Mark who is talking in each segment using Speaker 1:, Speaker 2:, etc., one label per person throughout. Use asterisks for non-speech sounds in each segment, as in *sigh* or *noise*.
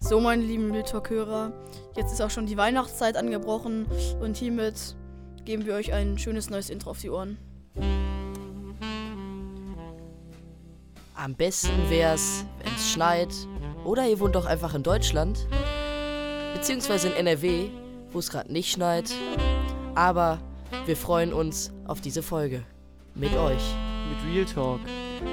Speaker 1: So, meine lieben Real Talk Hörer, jetzt ist auch schon die Weihnachtszeit angebrochen und hiermit geben wir euch ein schönes neues Intro auf die Ohren.
Speaker 2: Am besten wär's, wenn's schneit. Oder ihr wohnt doch einfach in Deutschland. Beziehungsweise in NRW, wo es gerade nicht schneit. Aber wir freuen uns auf diese Folge. Mit euch.
Speaker 3: mit Real Talk.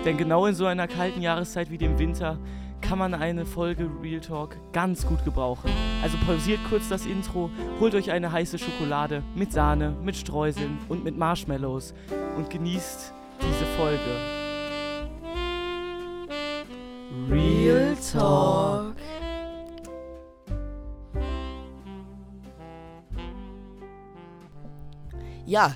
Speaker 3: Denn genau in so einer kalten Jahreszeit wie dem Winter kann man eine Folge Real Talk ganz gut gebrauchen. Also pausiert kurz das Intro, holt euch eine heiße Schokolade mit Sahne, mit Streuseln und mit Marshmallows und genießt diese Folge. Real
Speaker 1: Talk.
Speaker 2: Ja,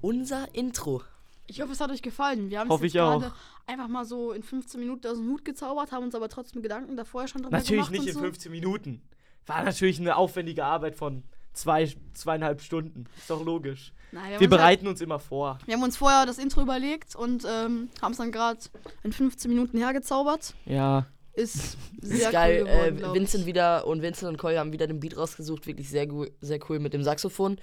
Speaker 2: unser Intro.
Speaker 1: Ich hoffe, es hat euch gefallen. Wir haben
Speaker 3: Hoffe
Speaker 1: es
Speaker 3: ich
Speaker 1: jetzt
Speaker 3: auch.
Speaker 1: gerade einfach mal so in 15 Minuten aus dem Hut gezaubert, haben uns aber trotzdem Gedanken davor schon drüber gemacht.
Speaker 3: Natürlich nicht
Speaker 1: und
Speaker 3: in
Speaker 1: so.
Speaker 3: 15 Minuten. War natürlich eine aufwendige Arbeit von zwei, zweieinhalb Stunden. Ist doch logisch.
Speaker 1: Nein,
Speaker 3: Wir
Speaker 1: haben uns
Speaker 3: bereiten uns immer vor.
Speaker 1: Halt, wir haben uns vorher das Intro überlegt und ähm, haben es dann gerade in 15 Minuten hergezaubert.
Speaker 3: Ja. *laughs*
Speaker 1: Ist
Speaker 2: Ist
Speaker 1: sehr
Speaker 2: geil.
Speaker 1: cool geworden,
Speaker 2: äh,
Speaker 1: glaub
Speaker 2: Vincent
Speaker 1: ich.
Speaker 2: wieder und Vincent und Koi haben wieder den Beat rausgesucht. Wirklich sehr, gu- sehr cool mit dem Saxophon.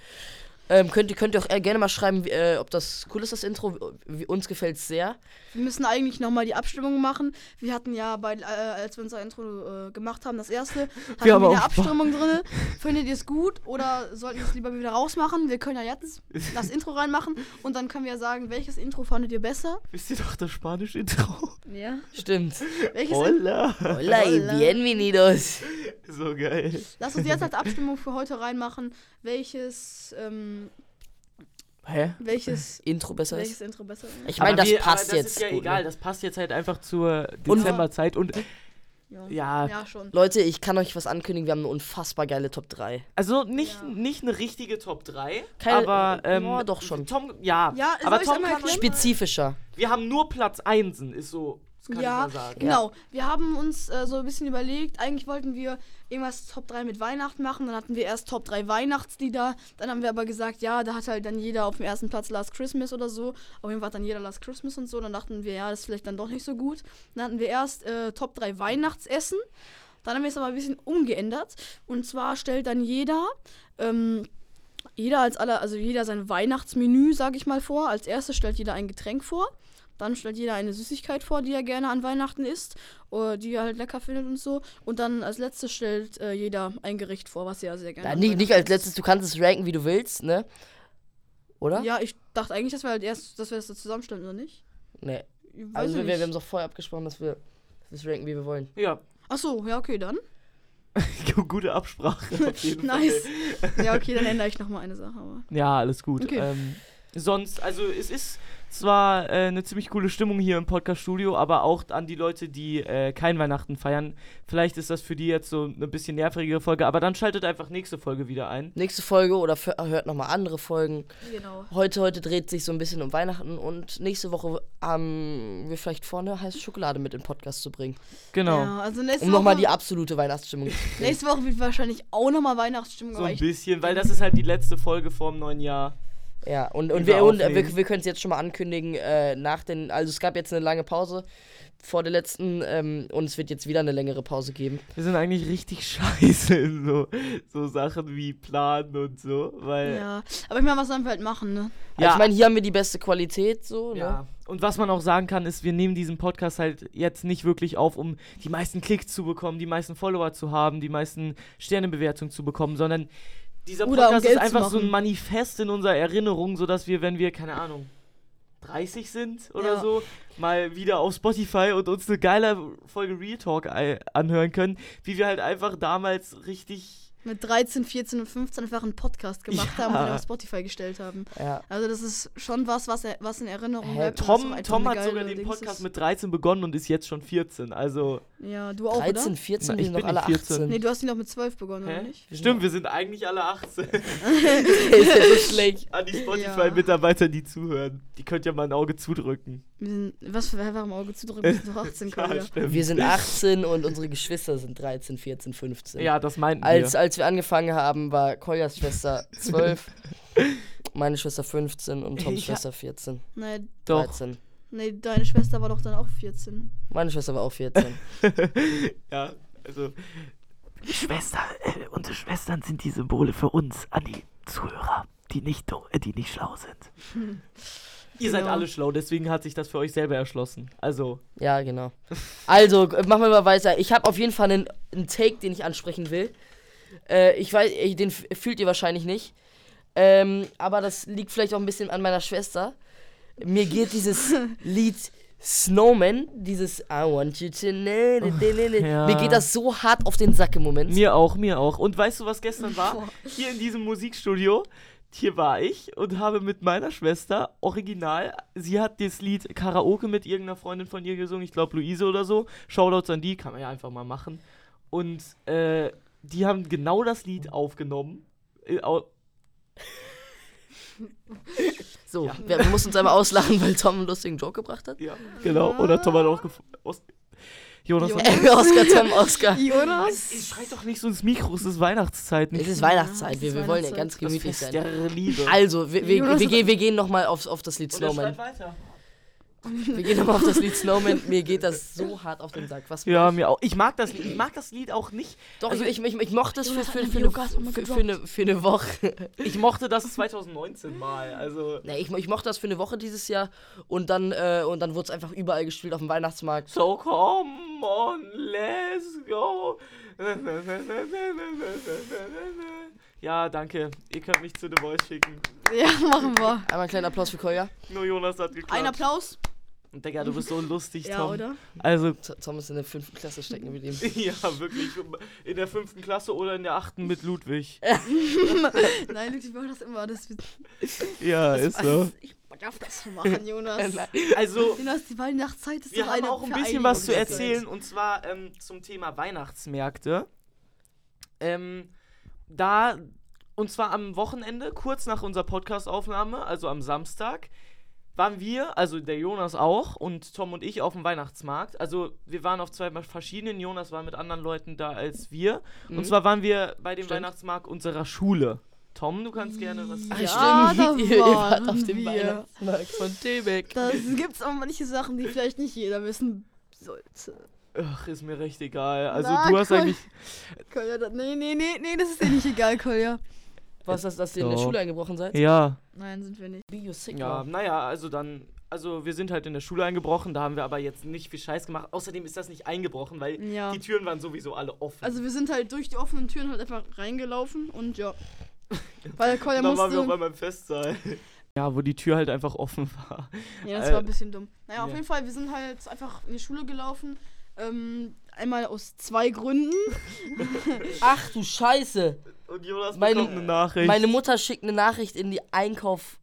Speaker 2: Ähm, könnt, ihr- könnt ihr auch äh, gerne mal schreiben, wie, äh, ob das cool ist, das Intro. Wie- Uns gefällt's sehr.
Speaker 1: Wir müssen eigentlich nochmal die Abstimmung machen. Wir hatten ja, bei, äh, als wir unser Intro äh, gemacht haben, das
Speaker 3: *laughs*
Speaker 1: erste, hatten wir
Speaker 3: haben
Speaker 1: eine
Speaker 3: auch-
Speaker 1: Abstimmung drin. Findet ihr es gut oder sollten wir es lieber wieder rausmachen? Wir können ja jetzt das
Speaker 3: *laughs*
Speaker 1: Intro reinmachen und dann können wir ja sagen, welches Intro fandet ihr besser?
Speaker 3: Wisst ihr doch das
Speaker 2: *laughs*
Speaker 3: spanische Intro?
Speaker 1: Ja. *laughs*
Speaker 2: Stimmt.
Speaker 1: Welches Intro?
Speaker 3: Hola.
Speaker 2: Hola y
Speaker 1: Hola.
Speaker 2: bienvenidos.
Speaker 3: *laughs* So geil.
Speaker 1: Lass uns jetzt als Abstimmung für heute reinmachen, welches, ähm,
Speaker 3: Hä?
Speaker 1: welches,
Speaker 2: Intro besser ist.
Speaker 1: welches Intro besser ist.
Speaker 2: Ich meine, das passt
Speaker 3: aber das
Speaker 2: jetzt.
Speaker 3: Ist ja
Speaker 2: gut,
Speaker 3: egal,
Speaker 2: ne?
Speaker 3: das passt jetzt halt einfach zur Dezemberzeit und ja,
Speaker 1: ja, schon.
Speaker 2: Leute, ich kann euch was ankündigen. Wir haben eine unfassbar geile Top 3.
Speaker 3: also nicht,
Speaker 1: Ja.
Speaker 3: nicht eine richtige Top 3,
Speaker 2: Keine-
Speaker 3: aber
Speaker 2: äh,
Speaker 3: ähm,
Speaker 2: ja, doch schon.
Speaker 3: Tom, ja,
Speaker 1: Ja, soll
Speaker 3: aber
Speaker 1: ich's
Speaker 3: Tom
Speaker 1: einmal
Speaker 3: kann,
Speaker 1: erklären?
Speaker 2: Spezifischer.
Speaker 3: wir haben nur Platz 1, ist so, das kann
Speaker 1: ja,
Speaker 3: ich mal sagen.
Speaker 1: genau. Wir haben uns äh, so ein bisschen überlegt, eigentlich wollten wir irgendwas Top 3 mit Weihnachten machen, dann hatten wir erst Top 3 Weihnachtslieder, dann haben wir aber gesagt, ja, da hat halt dann jeder auf dem ersten Platz Last Christmas oder so, auf jeden Fall hat dann jeder Last Christmas und so, dann dachten wir, ja, das ist vielleicht dann doch nicht so gut. Dann hatten wir erst äh, Top 3 Weihnachtsessen, dann haben wir es aber ein bisschen umgeändert und zwar stellt dann jeder... Ähm, jeder als aller, also jeder sein Weihnachtsmenü, sage ich mal, vor. Als erstes stellt jeder ein Getränk vor. Dann stellt jeder eine Süßigkeit vor, die er gerne an Weihnachten isst, oder die er halt lecker findet und so. Und dann als letztes stellt äh, jeder ein Gericht vor, was er sehr gerne.
Speaker 2: Ja,
Speaker 1: an
Speaker 2: nicht, nicht
Speaker 1: Weihnachten
Speaker 2: als letztes, du kannst es ranken, wie du willst, ne? Oder?
Speaker 1: isst. Ja, ich dachte eigentlich, dass wir halt erst, dass wir das so zusammenstellen, oder nicht?
Speaker 2: Nee.
Speaker 1: Ich weiß ja
Speaker 2: Also wir, wir
Speaker 1: nicht.
Speaker 2: wir haben es auch vorher abgesprochen, dass wir dass wir es ranken, wie wir wollen.
Speaker 3: Ja,
Speaker 1: Ach so, ja, okay, dann.
Speaker 3: *laughs* gute Absprache.
Speaker 1: *laughs*
Speaker 3: Auf jeden
Speaker 1: nice.
Speaker 3: Fall.
Speaker 1: ja, okay, dann ändere ich nochmal eine Sache. Aber.
Speaker 3: Ja, alles gut.
Speaker 1: Okay.
Speaker 3: Ähm, sonst, also es ist zwar äh, eine ziemlich coole Stimmung hier im Podcast-Studio, aber auch an die Leute, die äh, kein Weihnachten feiern. Vielleicht ist das für die jetzt so eine bisschen nervigere Folge, aber dann schaltet einfach nächste Folge wieder ein.
Speaker 2: Nächste Folge oder f- hört nochmal andere Folgen.
Speaker 1: Genau.
Speaker 2: Heute, heute dreht sich so ein bisschen um Weihnachten und nächste Woche haben wir vielleicht vorne heiße Schokolade mit im Podcast zu bringen.
Speaker 3: Genau.
Speaker 1: Ja, also nächste
Speaker 2: Um nochmal
Speaker 1: Woche-
Speaker 2: die absolute Weihnachtsstimmung.
Speaker 1: Nächste Woche wird wahrscheinlich auch nochmal Weihnachtsstimmung
Speaker 3: So
Speaker 1: aber
Speaker 3: ein
Speaker 1: ich-
Speaker 3: bisschen, weil das ist halt die letzte Folge vorm neuen Jahr.
Speaker 2: Ja, und, und
Speaker 3: Die wir
Speaker 2: wir, und, äh,
Speaker 3: aufnehmen.
Speaker 2: wir, wir können es jetzt schon mal ankündigen, äh, nach den, also es gab jetzt eine lange Pause vor der letzten ähm, und es wird jetzt wieder eine längere Pause geben.
Speaker 3: Wir sind eigentlich richtig *laughs* scheiße in so, so Sachen wie Planen und so, weil.
Speaker 1: Ja, aber ich meine, was sollen wir halt machen, ne?
Speaker 2: Also ich meine, hier haben wir die beste Qualität, so, ne?
Speaker 3: Ja. Und was man auch sagen kann, ist, wir nehmen diesen Podcast halt jetzt nicht wirklich auf, um die meisten Klicks zu bekommen, die meisten Follower zu haben, die meisten Sternebewertungen zu bekommen, sondern dieser
Speaker 1: Oder um
Speaker 3: Podcast ist
Speaker 1: Geld zu
Speaker 3: einfach so ein
Speaker 1: machen.
Speaker 3: Manifest in unserer Erinnerung, sodass wir, wenn wir, keine Ahnung, 30 sind oder
Speaker 1: Ja.
Speaker 3: so, mal wieder auf Spotify und uns eine geile Folge Real Talk ei- anhören können, wie wir halt einfach damals richtig.
Speaker 1: mit 13, 14 und 15 einfach einen Podcast gemacht haben und
Speaker 3: Ja.
Speaker 1: den auf Spotify gestellt haben.
Speaker 2: Ja.
Speaker 1: Also das ist schon was, was, er- was in Erinnerung
Speaker 2: Hä,
Speaker 1: bleibt. und was
Speaker 3: Tom,
Speaker 1: auch einfach
Speaker 3: Tom
Speaker 1: eine
Speaker 3: hat
Speaker 1: geile
Speaker 3: sogar den
Speaker 1: Dings
Speaker 3: Podcast
Speaker 1: ist.
Speaker 3: mit 13 begonnen und ist jetzt schon 14, also.
Speaker 1: Ja, du auch,
Speaker 2: 13, 14,
Speaker 3: Na,
Speaker 2: wir
Speaker 3: ich
Speaker 2: sind doch
Speaker 3: bin
Speaker 2: alle
Speaker 3: nicht 14.
Speaker 2: 18.
Speaker 1: oder? Nee, du hast ihn noch mit 12 begonnen, oder
Speaker 3: Hä? *laughs*
Speaker 1: nicht? *laughs*
Speaker 3: Stimmt, wir sind eigentlich alle 18.
Speaker 2: *laughs* ist ja so schlecht.
Speaker 3: An die
Speaker 1: *laughs* Ja.
Speaker 3: Spotify-Mitarbeiter, die zuhören. Die könnt ja mal ein Auge zudrücken.
Speaker 1: Wir sind, was für einfach im Auge zudrücken, wir sind doch
Speaker 3: *laughs*
Speaker 1: 18 Kinder.
Speaker 3: stimmt.
Speaker 2: Wir sind 18 und unsere Geschwister sind 13, 14, 15.
Speaker 3: ja, das meinten
Speaker 2: Als,
Speaker 3: wir.
Speaker 2: als wir angefangen haben, war Koljas Schwester
Speaker 3: *laughs*
Speaker 2: 12, meine Schwester 15 und Toms
Speaker 3: Ich ha-
Speaker 2: Schwester 14,
Speaker 1: Nee,
Speaker 3: Doch. *laughs*
Speaker 2: 13.
Speaker 1: nee, deine Schwester war doch dann auch 14.
Speaker 2: Meine Schwester war auch 14.
Speaker 3: ja, also
Speaker 4: Schwester, äh, unsere Schwestern sind die Symbole für uns, an die Zuhörer, die nicht, do- äh, die nicht schlau sind.
Speaker 1: *laughs*
Speaker 3: Ihr seid
Speaker 1: Genau.
Speaker 3: alle schlau, deswegen hat sich das für euch selber erschlossen. Also,
Speaker 2: Ja, genau. Also, äh, machen wir mal weiter. Ich habe auf jeden Fall einen, einen Take, den ich ansprechen will. Äh, ich weiß, äh, den f- fühlt ihr wahrscheinlich nicht. Ähm, aber das liegt vielleicht auch ein bisschen an meiner Schwester. Mir geht
Speaker 3: *laughs*
Speaker 2: dieses Lied Snowman, dieses I want you to know.
Speaker 3: Oh, ja.
Speaker 2: Mir geht das so hart auf den Sack im Moment.
Speaker 3: mir auch, mir auch. Und weißt du, was gestern war? Hier in diesem Musikstudio, hier war ich und habe mit meiner Schwester, original, sie hat das Lied Karaoke mit irgendeiner Freundin von ihr gesungen, ich glaube Luise oder so. Shoutouts an die, kann man ja einfach mal machen. Und äh, die haben genau das Lied aufgenommen. Äh, au-
Speaker 2: so, wir, wir mussten uns einmal auslachen, weil Tom einen lustigen Joke gebracht hat.
Speaker 3: Ja, genau. Oder Tom hat auch gef- aus Jonas,
Speaker 1: Jo-
Speaker 3: Jonas.
Speaker 2: Äh, *laughs* Oscar, Tom,
Speaker 1: *laughs*
Speaker 2: Oscar.
Speaker 1: Jonas?
Speaker 3: schreit doch nicht so ins Mikro, es ist Weihnachtszeit.
Speaker 2: Es
Speaker 3: Nicht
Speaker 2: ist
Speaker 1: Ja,
Speaker 2: Weihnachtszeit,
Speaker 1: es
Speaker 2: wir,
Speaker 1: ist
Speaker 2: wir wollen ja
Speaker 1: Weihnachtszeit.
Speaker 2: ganz
Speaker 3: das
Speaker 2: gemütlich
Speaker 3: Fest
Speaker 2: sein.
Speaker 3: der Liebe.
Speaker 2: Also, wir, wir,
Speaker 1: Jonas-
Speaker 2: wir, gehen, wir gehen nochmal auf, auf das Lied
Speaker 3: Und er schreit
Speaker 2: Snowman.
Speaker 3: weiter.
Speaker 2: Wir gehen nochmal auf das Lied Snowman. Mir geht das so hart auf den Sack. Was
Speaker 3: Ja, mir auch. Ich mag das, ich mag das Lied auch nicht.
Speaker 2: Doch, ich, ich, ich, ich mochte es für,
Speaker 1: Also Jonas hat
Speaker 2: für,
Speaker 1: eine
Speaker 2: für, eine,
Speaker 1: Yoga-Song mal
Speaker 2: für, für,
Speaker 1: gedroppt.
Speaker 2: eine, für eine Woche. *laughs*
Speaker 3: Ich mochte das 2019 mal. Also
Speaker 2: Nee, ich, ich mochte das für eine Woche dieses Jahr und dann, äh, und dann wurde es einfach überall gespielt auf dem Weihnachtsmarkt.
Speaker 3: so come on, let's go. Ja, danke. Ihr könnt mich zu The Voice schicken.
Speaker 1: *laughs* Ja, machen wir.
Speaker 2: Einmal einen kleinen Applaus für Kolja.
Speaker 3: Nur Jonas hat
Speaker 1: Ein
Speaker 3: geklatscht.
Speaker 1: Applaus.
Speaker 3: Und Digga, du bist so lustig, Tom.
Speaker 1: Ja, oder?
Speaker 3: Also *laughs*
Speaker 2: T- Tom ist in der fünften Klasse stecken geblieben.
Speaker 1: *laughs*
Speaker 3: Ja, wirklich. In der fünften Klasse oder in der achten mit Ludwig.
Speaker 1: Äh. Nein, Ludwig war das immer. Das wird,
Speaker 3: Ja, ist *laughs* so.
Speaker 1: ich darf das so machen,
Speaker 3: *laughs*
Speaker 1: Jonas.
Speaker 3: Also,
Speaker 1: Jonas, die Weihnachtszeit ist
Speaker 3: wir
Speaker 1: doch
Speaker 3: haben
Speaker 1: eine
Speaker 3: auch ein bisschen was zu
Speaker 1: Vereinigungszeit.
Speaker 3: erzählen und zwar ähm, zum Thema Weihnachtsmärkte. Ähm, da, und zwar am Wochenende, kurz nach unserer Podcast-Aufnahme, also am Samstag, waren wir, also der Jonas auch und Tom und ich auf dem Weihnachtsmarkt. Also wir waren auf zwei verschiedenen, Jonas war mit anderen Leuten da als wir.
Speaker 1: Mhm.
Speaker 3: Und zwar waren wir bei dem
Speaker 2: Stimmt.
Speaker 3: Weihnachtsmarkt unserer Schule. Tom, du kannst gerne was
Speaker 1: Ach,
Speaker 2: Ja,
Speaker 1: Ja, da
Speaker 2: stimmt. Ihr, ihr wart
Speaker 1: waren
Speaker 2: auf dem
Speaker 1: wir.
Speaker 2: Weihnachtsmarkt von Tübeck.
Speaker 1: Da gibt's auch manche Sachen, die vielleicht nicht jeder wissen sollte.
Speaker 3: Ach, ist mir recht egal. Also
Speaker 1: Na,
Speaker 3: du hast
Speaker 1: cool.
Speaker 3: eigentlich.
Speaker 1: Kolja, das, nee, nee, nee, nee, das ist dir nicht egal, Kolja.
Speaker 2: Was, dass, dass ihr in der
Speaker 3: So.
Speaker 2: Schule eingebrochen seid?
Speaker 3: Ja.
Speaker 1: Nein, sind wir nicht.
Speaker 2: Bio
Speaker 3: Ja, naja, also dann. Also wir sind halt in der Schule eingebrochen, da haben wir aber jetzt nicht viel Scheiß gemacht. Außerdem ist das nicht eingebrochen, weil
Speaker 1: Ja.
Speaker 3: die Türen waren sowieso alle offen.
Speaker 1: Also wir sind halt durch die offenen Türen halt einfach reingelaufen und
Speaker 2: *laughs*
Speaker 1: ja. Weil Kolja
Speaker 3: dann waren wir auf
Speaker 1: musste.
Speaker 3: einmal im Festsaal. *laughs* Ja, wo die Tür halt einfach offen war.
Speaker 1: Ja, das war
Speaker 3: äh,
Speaker 1: ein bisschen dumm. Naja, auf
Speaker 3: ja.
Speaker 1: jeden Fall, wir sind halt einfach in die Schule gelaufen. Ähm, einmal aus zwei Gründen.
Speaker 2: Ach du Scheiße.
Speaker 3: Und Jonas
Speaker 2: Mein-
Speaker 3: bekommt eine Nachricht.
Speaker 2: Meine Mutter schickt eine Nachricht in die Einkauf,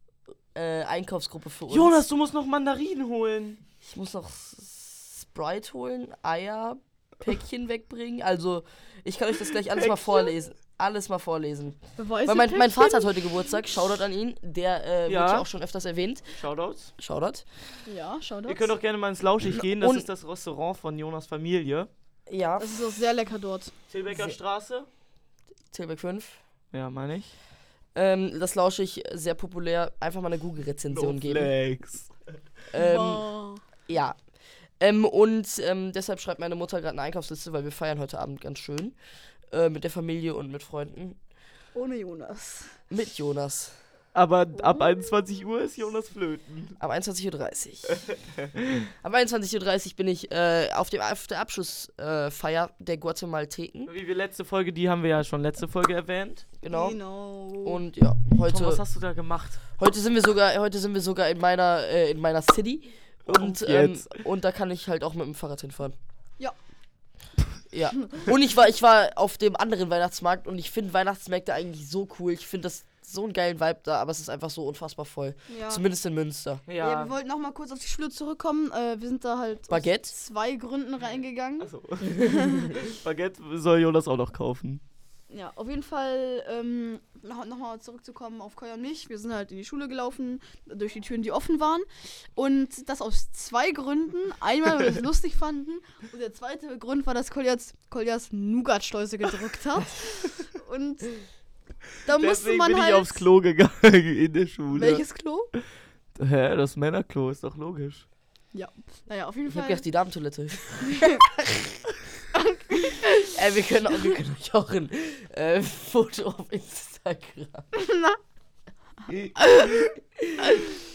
Speaker 2: äh, Einkaufsgruppe für uns.
Speaker 3: Jonas, du musst noch Mandarinen holen.
Speaker 2: Ich muss noch S- Sprite holen, Eier, Päckchen wegbringen. Also, ich kann euch das gleich alles mal
Speaker 3: Päckchen?
Speaker 2: vorlesen. Alles mal vorlesen.
Speaker 1: Beweise
Speaker 2: Weil mein, mein Vater hat heute Geburtstag. Shoutout an ihn. Der äh,
Speaker 3: Ja.
Speaker 2: wird ja auch schon öfters erwähnt.
Speaker 3: Shoutouts.
Speaker 2: Shoutout.
Speaker 1: Ja, schau das.
Speaker 3: Ihr könnt auch gerne mal ins Lauschig gehen. Das
Speaker 2: Und-
Speaker 3: ist das Restaurant von Jonas Familie.
Speaker 2: Ja,
Speaker 1: Das ist auch sehr lecker dort.
Speaker 3: Tilbecker
Speaker 2: Se-
Speaker 3: Straße.
Speaker 2: Tilbeck 5.
Speaker 3: Ja, meine ich.
Speaker 2: Ähm, das lausche ich sehr populär. Einfach mal eine Google-Rezension
Speaker 3: No
Speaker 2: geben.
Speaker 3: Flex.
Speaker 2: Ähm,
Speaker 1: Wow.
Speaker 2: ja. Ähm, und ähm, deshalb schreibt meine Mutter gerade eine Einkaufsliste, weil wir feiern heute Abend ganz schön. Äh, mit der Familie und mit Freunden.
Speaker 1: Ohne Jonas.
Speaker 2: Mit Jonas.
Speaker 3: Aber ab 21 Uhr ist Jonas Flöten.
Speaker 2: Ab 21.30 Uhr. Ab 21.30 Uhr bin ich äh, auf, dem, auf der Abschlussfeier äh, Feier der Guatemalteken.
Speaker 3: Wie wir letzte Folge, die haben wir ja schon letzte Folge erwähnt.
Speaker 2: Genau.
Speaker 1: Genau.
Speaker 2: Und ja,
Speaker 3: Tom, was
Speaker 2: heute,
Speaker 3: hast du da gemacht?
Speaker 2: heute, sind, wir sogar, heute sind wir sogar in meiner, äh, in meiner City. Und, ähm,
Speaker 3: jetzt?
Speaker 2: und da kann ich halt auch mit dem Fahrrad hinfahren.
Speaker 1: Ja.
Speaker 2: Ja. Und ich war, ich war auf dem anderen Weihnachtsmarkt und ich finde Weihnachtsmärkte eigentlich so cool. Ich finde das so einen geilen Vibe da, aber es ist einfach so unfassbar voll.
Speaker 1: ja.
Speaker 2: Zumindest in Münster.
Speaker 1: Ja. wir wollten noch mal kurz auf die Schule zurückkommen. Äh, wir sind da halt
Speaker 2: Baguette?
Speaker 1: aus zwei Gründen reingegangen.
Speaker 3: Achso. *laughs* Baguette soll Jonas auch noch kaufen.
Speaker 1: Ja, auf jeden Fall ähm, noch, noch mal zurückzukommen auf Kolja und mich. Wir sind halt in die Schule gelaufen, durch die Türen, die offen waren. Und das aus zwei Gründen. Einmal, weil wir
Speaker 3: *laughs*
Speaker 1: es lustig fanden. Und der zweite Grund war, dass Koljas, Koljas Nougat-Schleuse gedrückt
Speaker 3: *laughs*
Speaker 1: hat. Und da musste
Speaker 3: Deswegen
Speaker 1: man
Speaker 3: bin
Speaker 1: halt...
Speaker 3: ich aufs Klo ne? gegangen *laughs* in der Schule.
Speaker 1: Welches Klo?
Speaker 3: Hä, das Männerklo ist doch logisch.
Speaker 1: *laughs* Ja, naja, auf jeden
Speaker 2: Ich habe
Speaker 1: *laughs* Fall.
Speaker 2: gedacht, die Damentoilette. *laughs* Äh, wir können, auch, wir können euch auch ein äh, Foto auf Instagram.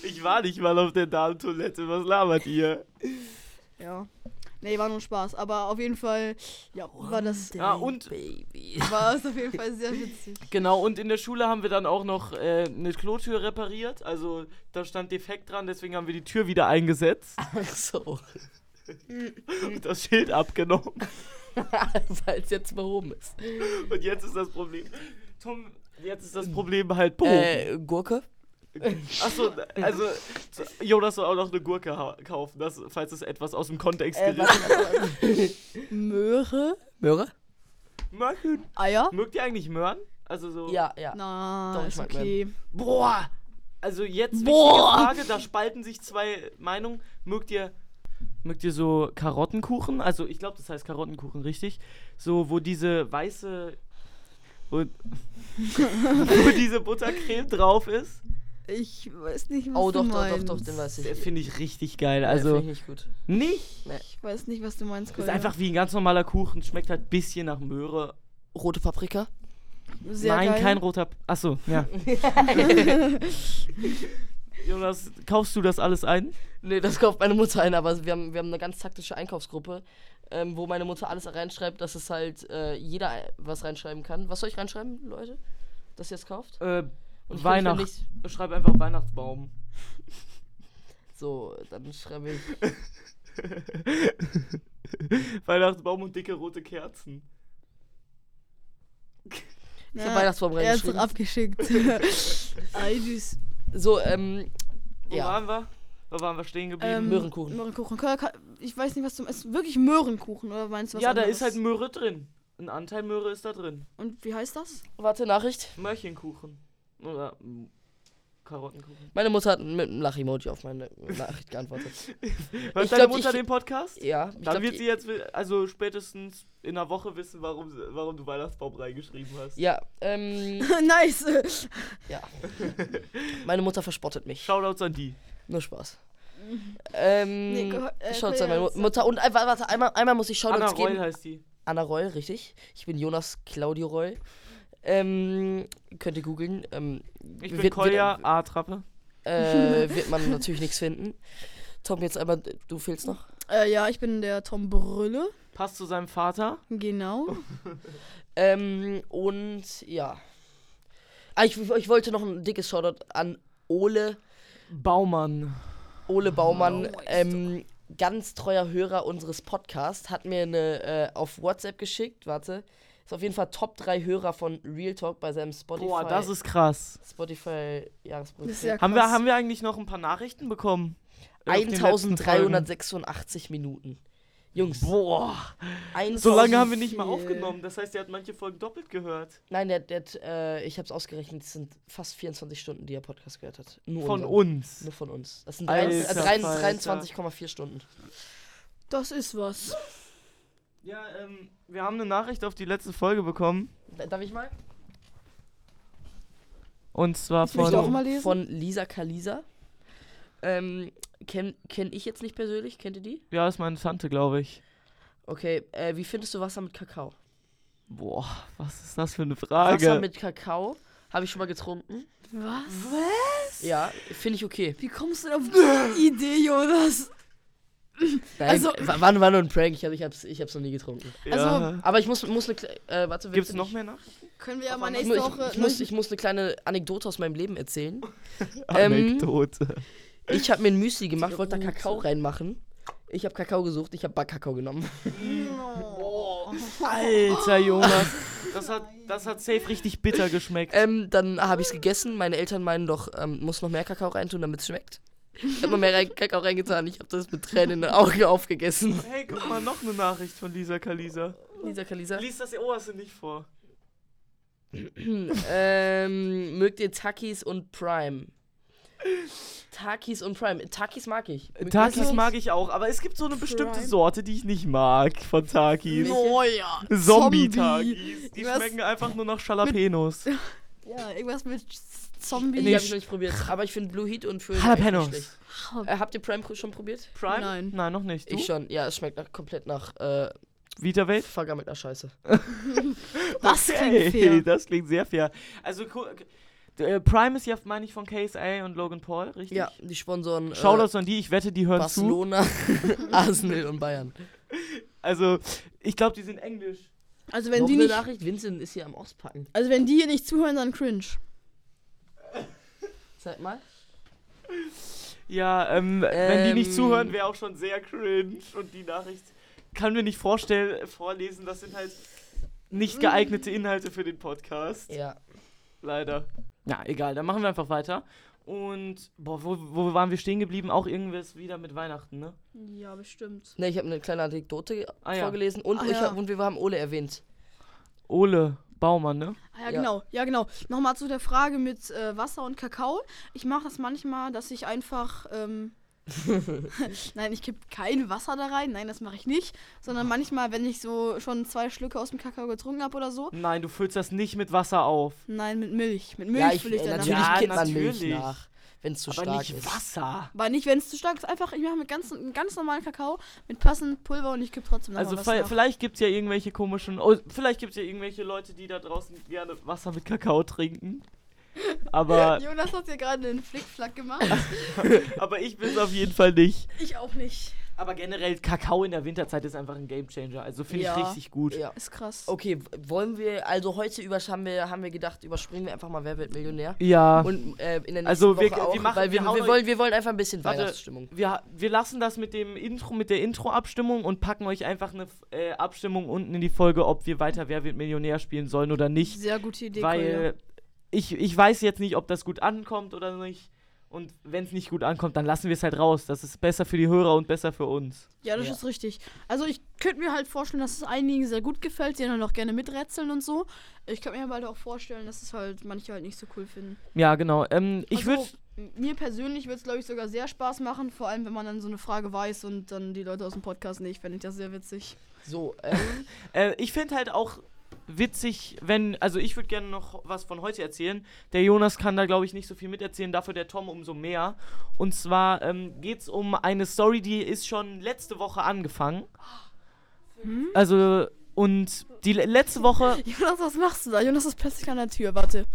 Speaker 3: Ich war nicht mal auf der Damentoilette, was labert ihr?
Speaker 1: Ja. Nee, war nur Spaß. Aber auf jeden Fall, ja, war das.
Speaker 3: Ah, und-
Speaker 2: Baby.
Speaker 1: War es auf jeden Fall sehr witzig.
Speaker 3: Genau, und in der Schule haben wir dann auch noch äh, eine Klotür repariert. Also da stand defekt dran, deswegen haben wir die Tür wieder eingesetzt
Speaker 2: Ach so. *laughs*
Speaker 3: und das
Speaker 1: *laughs*
Speaker 3: Schild abgenommen.
Speaker 2: Weil es jetzt behoben ist.
Speaker 3: Und jetzt ist das Problem. Tom, jetzt ist das Problem halt
Speaker 1: Oh.
Speaker 3: Bogen.
Speaker 2: Äh, Gurke?
Speaker 3: Achso, also Jonas soll auch noch eine Gurke hau- kaufen, das, falls es etwas aus dem Kontext
Speaker 2: Äh,
Speaker 3: gerät.
Speaker 1: *laughs* Möhre?
Speaker 2: Möhre?
Speaker 3: Möhren.
Speaker 1: Eier?
Speaker 3: Mögt ihr eigentlich Möhren? Also so.
Speaker 2: Ja, ja.
Speaker 1: Na,
Speaker 2: Doch, ich
Speaker 1: ist
Speaker 2: mag
Speaker 1: okay.
Speaker 3: Boah! Also jetzt
Speaker 1: Boah!
Speaker 3: wichtige Frage, da spalten sich zwei Meinungen. Mögt ihr mögt ihr so Karottenkuchen? Also ich glaube, das heißt Karottenkuchen, richtig? So wo diese weiße wo, *laughs* wo diese Buttercreme drauf ist,
Speaker 1: Ich weiß nicht, was
Speaker 2: Oh,
Speaker 1: du
Speaker 2: doch, doch, doch,
Speaker 1: meinst.
Speaker 2: doch, den weiß ich.
Speaker 3: Das finde ich richtig geil.
Speaker 2: ja,
Speaker 3: Also
Speaker 2: find ich nicht gut.
Speaker 3: nicht,
Speaker 1: Ich weiß nicht, was du meinst,
Speaker 3: ist
Speaker 1: Kolja.
Speaker 3: einfach wie ein ganz normaler Kuchen, schmeckt halt bisschen nach Möhre.
Speaker 2: Rote Paprika?
Speaker 1: sehr
Speaker 3: Nein,
Speaker 1: geil.
Speaker 3: kein roter. Achso, ja. Jonas, kaufst du das alles ein?
Speaker 2: *laughs* Nee, das kauft meine Mutter ein, aber wir haben, wir haben eine ganz taktische Einkaufsgruppe, ähm, wo meine Mutter alles reinschreibt, dass es halt äh, jeder ein- was reinschreiben kann. Was soll ich reinschreiben, Leute? Dass ihr es kauft?
Speaker 3: Äh,
Speaker 2: Und ich
Speaker 3: Weihnacht.
Speaker 2: kann nicht-
Speaker 3: Schreib einfach Weihnachtsbaum.
Speaker 2: So, dann schreibe ich.
Speaker 3: *laughs* Weihnachtsbaum und dicke rote Kerzen.
Speaker 2: Ich hab Weihnachtsbaum
Speaker 1: Er hat's
Speaker 2: reingeschrieben.
Speaker 1: abgeschickt.
Speaker 2: *laughs*
Speaker 1: Ei, süß.
Speaker 2: So, ähm.
Speaker 3: Wo
Speaker 2: Ja.
Speaker 3: waren wir? Wo waren wir stehen geblieben?
Speaker 1: Ähm,
Speaker 2: Möhrenkuchen.
Speaker 1: Möhrenkuchen. Kolja, kann- Ich weiß nicht, was du meinst. Ist wirklich Möhrenkuchen, oder meinst du was
Speaker 3: ja, da
Speaker 1: anderes?
Speaker 3: ist halt Möhre drin. Ein Anteil Möhre ist da drin.
Speaker 1: Und wie heißt das? *laughs*
Speaker 2: Warte, Nachricht.
Speaker 3: Möhrchenkuchen. Oder mm, Karottenkuchen.
Speaker 2: Meine Mutter hat mit einem Lach-Emoji auf meine Nachricht geantwortet.
Speaker 3: Hört
Speaker 2: Ich
Speaker 3: deine
Speaker 2: glaub,
Speaker 3: Mutter
Speaker 2: ich-
Speaker 3: den Podcast?
Speaker 2: Ja, ich
Speaker 3: Dann
Speaker 2: glaub,
Speaker 3: wird
Speaker 2: die-
Speaker 3: sie jetzt, wi- also spätestens in einer Woche wissen, warum, sie- warum du Weihnachtsbaum reingeschrieben hast.
Speaker 2: Ja, ähm.
Speaker 1: nice.
Speaker 2: Ja. Meine Mutter verspottet mich.
Speaker 3: Shoutouts an die.
Speaker 1: *laughs*
Speaker 2: Nur Spaß. Ähm.
Speaker 1: Nee,
Speaker 2: Nee,
Speaker 1: gehör- äh,
Speaker 2: Schaut
Speaker 1: Kolja,
Speaker 2: an meine Mu-
Speaker 1: das-
Speaker 2: Mutter. Und einfach, warte, einmal, einmal muss ich schauen,
Speaker 3: Anna
Speaker 2: uns
Speaker 3: Reul
Speaker 2: geben.
Speaker 3: heißt die.
Speaker 2: Anna Reul, richtig. Ich bin Jonas Claudio Reul. Ähm, könnt ihr googeln. Ähm,
Speaker 3: Ich
Speaker 2: wird-
Speaker 3: bin
Speaker 2: wird-
Speaker 3: Kolja A-Trappe.
Speaker 2: Äh,
Speaker 3: *laughs*
Speaker 2: wird man natürlich nichts finden. Tom, jetzt einmal, du fehlst noch.
Speaker 1: äh, ja, ich bin der Tom Brülle.
Speaker 3: Passt zu seinem Vater.
Speaker 1: Genau.
Speaker 2: Oh, Ähm, und ja. Ah, ich, ich wollte noch ein dickes Shoutout an Ole,
Speaker 3: Baumann.
Speaker 2: Ole Baumann,
Speaker 1: Oh,
Speaker 2: ähm, ganz treuer Hörer unseres Podcasts, hat mir eine äh, auf WhatsApp geschickt, warte. Ist auf jeden Fall Top 3 Hörer von Real Talk bei seinem Spotify.
Speaker 3: Boah, das ist krass.
Speaker 2: Spotify Jahresbericht.
Speaker 1: Das ist ja
Speaker 3: Haben wir,
Speaker 1: krass.
Speaker 3: haben wir eigentlich noch ein paar Nachrichten bekommen? Auf den letzten
Speaker 2: 1386 Minuten. Jungs,
Speaker 3: Folgen. Boah,
Speaker 2: 1000
Speaker 3: so lange haben wir nicht mal
Speaker 1: viel.
Speaker 3: aufgenommen. Das heißt, ihr habt manche Folgen doppelt gehört.
Speaker 2: Nein, der, der, hat, äh, ich hab's ausgerechnet, es sind fast 24 Stunden, die er Podcast gehört hat. Nur
Speaker 3: Von
Speaker 2: unseren.
Speaker 3: uns.
Speaker 2: Nur von uns. Das sind
Speaker 3: Alter,
Speaker 2: drei- äh, drei-
Speaker 3: Alter.
Speaker 2: 23,4 Stunden.
Speaker 1: Das ist was.
Speaker 3: Ja, ähm, wir haben eine Nachricht auf die letzte Folge bekommen.
Speaker 2: Da- Darf ich mal?
Speaker 3: Und zwar
Speaker 1: Ich möchte auch
Speaker 3: von.
Speaker 1: mal lesen.
Speaker 2: Von Lisa Kalisa. Ähm, kenn, kenn ich jetzt nicht persönlich, kennt ihr die?
Speaker 3: Ja, ist meine Tante, glaube ich.
Speaker 2: Okay, äh, wie findest du Wasser mit Kakao?
Speaker 3: Boah, was ist das für eine Frage?
Speaker 2: Wasser mit Kakao habe ich schon mal getrunken.
Speaker 1: was?
Speaker 2: Ja, finde ich okay.
Speaker 1: Wie kommst du denn auf
Speaker 2: *laughs*
Speaker 1: die Idee, Jonas?
Speaker 2: Nein,
Speaker 1: Also-
Speaker 2: war, war, war nur ein Prank, ich, hab, ich, hab's, ich hab's noch nie getrunken.
Speaker 3: ja.
Speaker 1: also-
Speaker 2: Aber ich muss, muss eine kle- äh, warte, willst
Speaker 3: Gibt's
Speaker 2: du
Speaker 3: noch
Speaker 2: nicht-
Speaker 3: mehr nach?
Speaker 1: Können wir ja mal
Speaker 2: Ich,
Speaker 1: nächste
Speaker 2: mu-
Speaker 1: Woche.
Speaker 2: ich, ich, muss, ich muss eine kleine Anekdote aus meinem Leben erzählen.
Speaker 3: Anekdote.
Speaker 2: Ich habe mir ein Müsli gemacht, wollte da Kakao reinmachen. Ich habe Kakao gesucht, ich habe Backkakao genommen.
Speaker 3: Alter Jonas. Das hat, das hat safe richtig bitter geschmeckt.
Speaker 2: Ähm, dann habe ich es gegessen. Meine Eltern meinen doch, ähm, muss noch mehr Kakao reintun, damit es schmeckt. Ich habe noch mehr rein, Kakao reingetan. Ich habe das mit Tränen in den Augen aufgegessen.
Speaker 3: Hey, guck mal, noch eine Nachricht von Lisa Kalisa.
Speaker 2: Lisa Kalisa.
Speaker 3: Lies das Oberste nicht vor.
Speaker 2: *clears throat* ähm, mögt ihr Takis und Prime? Takis und Prime. Takis mag ich. Mögt ihr
Speaker 3: Takis
Speaker 2: Takis?
Speaker 3: mag ich auch, aber es gibt so eine bestimmte
Speaker 1: Prime.
Speaker 3: Sorte, die ich nicht mag von Takis.
Speaker 1: Oh ja.
Speaker 3: Zombie-Takis. Die
Speaker 1: Irgendwas-
Speaker 3: schmecken einfach nur nach Jalapenos.
Speaker 1: Ja, irgendwas mit Z-
Speaker 2: Die
Speaker 1: Zombie.
Speaker 2: habe ich noch nicht probiert. Aber ich finde Blue Heat und für.
Speaker 3: Jalapenos.
Speaker 2: Äh, habt ihr Prime schon probiert?
Speaker 3: Prime?
Speaker 1: Nein.
Speaker 3: Nein, noch nicht. Du?
Speaker 2: Ich schon. Ja, es schmeckt nach, komplett nach äh,
Speaker 3: Vita Welt?
Speaker 2: Vergangen mit einer Scheiße.
Speaker 1: Das
Speaker 3: Okay,
Speaker 1: klingt
Speaker 3: *laughs*
Speaker 1: fair.
Speaker 3: Das klingt sehr fair. Also ko- äh, Prime ist ja, meine ich, von KSA und Logan Paul, richtig?
Speaker 2: Ja, die Sponsoren äh,
Speaker 3: Shoutouts an die, ich wette, die hören zu.
Speaker 2: Barcelona, *laughs* Arsenal und Bayern.
Speaker 3: Also, ich glaube, die sind englisch.
Speaker 1: Also wenn
Speaker 2: Noch
Speaker 1: die
Speaker 2: eine
Speaker 1: nicht,
Speaker 2: Nachricht, Vincent ist hier am Auspacken.
Speaker 1: also wenn die hier nicht zuhören, dann cringe.
Speaker 2: Zeig mal.
Speaker 3: Ja, ähm, wenn die nicht
Speaker 2: Ähm.
Speaker 3: zuhören, wäre auch schon sehr cringe. Und die Nachricht kann mir nicht vorstellen, vorlesen. Das sind halt nicht geeignete Inhalte für den Podcast.
Speaker 2: Ja.
Speaker 3: Leider. Na, egal, dann machen wir einfach weiter. Und, boah, wo, wo waren wir stehen geblieben? Auch irgendwas wieder mit Weihnachten, ne?
Speaker 1: Ja, bestimmt.
Speaker 2: Ne, ich habe eine kleine Anekdote
Speaker 3: Ah, ja.
Speaker 2: vorgelesen und,
Speaker 1: Ah,
Speaker 2: ich
Speaker 1: ja.
Speaker 2: hab, und wir haben Ole erwähnt.
Speaker 3: Ole Baumann, ne?
Speaker 1: Ah, ja,
Speaker 2: Ja.
Speaker 1: genau. Ja, genau. Nochmal zu der Frage mit äh, Wasser und Kakao. Ich mache das manchmal, dass ich einfach.
Speaker 2: *laughs*
Speaker 1: Ähm, *laughs* Nein, ich kipp kein Wasser da rein. Nein, das mache ich nicht. Sondern manchmal, wenn ich so schon zwei Schlücke aus dem Kakao getrunken habe oder so.
Speaker 3: Nein, du füllst das nicht mit Wasser auf.
Speaker 1: Nein, mit Milch. Mit Milch
Speaker 2: ja, ich,
Speaker 1: will ich
Speaker 2: äh,
Speaker 1: dann
Speaker 2: natürlich
Speaker 3: Ja,
Speaker 2: kennt man Milch
Speaker 3: natürlich.
Speaker 2: nach, wenn es zu
Speaker 3: aber
Speaker 2: stark
Speaker 3: nicht
Speaker 2: ist.
Speaker 3: Wasser.
Speaker 1: Aber nicht, wenn es zu stark ist. Einfach, ich mache mit ganz, einen ganz normalen Kakao mit passendem Pulver und ich kipp trotzdem nochmal
Speaker 3: Also
Speaker 1: Wasser.
Speaker 3: vi-
Speaker 1: nach.
Speaker 3: vielleicht gibt es ja irgendwelche komischen. Oh, vielleicht gibt es ja irgendwelche Leute, die da draußen gerne Wasser mit Kakao trinken.
Speaker 2: *laughs*
Speaker 3: Aber,
Speaker 1: Jonas hat hier gerade einen Flickflack gemacht.
Speaker 3: aber ich bin es auf jeden Fall nicht.
Speaker 1: ich auch nicht.
Speaker 3: Aber generell, Kakao in der Winterzeit ist einfach ein Gamechanger. Also finde
Speaker 2: Ja.
Speaker 3: ich richtig gut.
Speaker 2: Ja.
Speaker 1: Ist krass.
Speaker 3: Oh.
Speaker 2: Okay, w- wollen wir, also heute über, haben wir, haben wir gedacht, überspringen wir einfach mal Wer wird Millionär?
Speaker 3: Ja.
Speaker 2: Und äh, in der nächsten
Speaker 3: Also, wir-
Speaker 2: Woche auch,
Speaker 3: wir machen-
Speaker 2: weil wir,
Speaker 3: wir hauen
Speaker 2: wir,
Speaker 3: euch-
Speaker 2: wollen, wir wollen einfach ein bisschen
Speaker 3: Warte.
Speaker 2: Weihnachtsstimmung.
Speaker 3: wir, wir lassen das mit dem Intro, mit der Intro-Abstimmung und packen euch einfach eine äh, Abstimmung unten in die Folge, ob wir weiter Wer wird Millionär spielen sollen oder nicht.
Speaker 1: Sehr gute Idee, Kolja.
Speaker 3: weil ich, ich weiß jetzt nicht, ob das gut ankommt oder nicht. Und wenn es nicht gut ankommt, dann lassen wir es halt raus. Das ist besser für die Hörer und besser für uns.
Speaker 1: Ja, das
Speaker 2: Ja.
Speaker 1: ist richtig. Also ich könnte mir halt vorstellen, dass es einigen sehr gut gefällt, die dann auch gerne miträtseln und so. Ich könnte mir aber halt auch vorstellen, dass es halt manche halt nicht so cool finden.
Speaker 3: Ja, genau. Ähm, ich würde.
Speaker 1: also, m- mir persönlich würde es, glaube ich, sogar sehr Spaß machen, vor allem wenn man dann so eine Frage weiß und dann die Leute aus dem Podcast nicht, fände ich das sehr witzig.
Speaker 2: So, ähm,
Speaker 3: Äh, ich finde halt auch witzig, wenn. Also, ich würde gerne noch was von heute erzählen. Der Jonas kann da, glaube ich, nicht so viel miterzählen, dafür der Tom umso mehr. Und zwar ähm, geht es um eine Story, die ist schon letzte Woche angefangen. Also, und die le- letzte Woche.
Speaker 1: Jonas, was machst du da? Jonas ist plötzlich an der Tür, warte.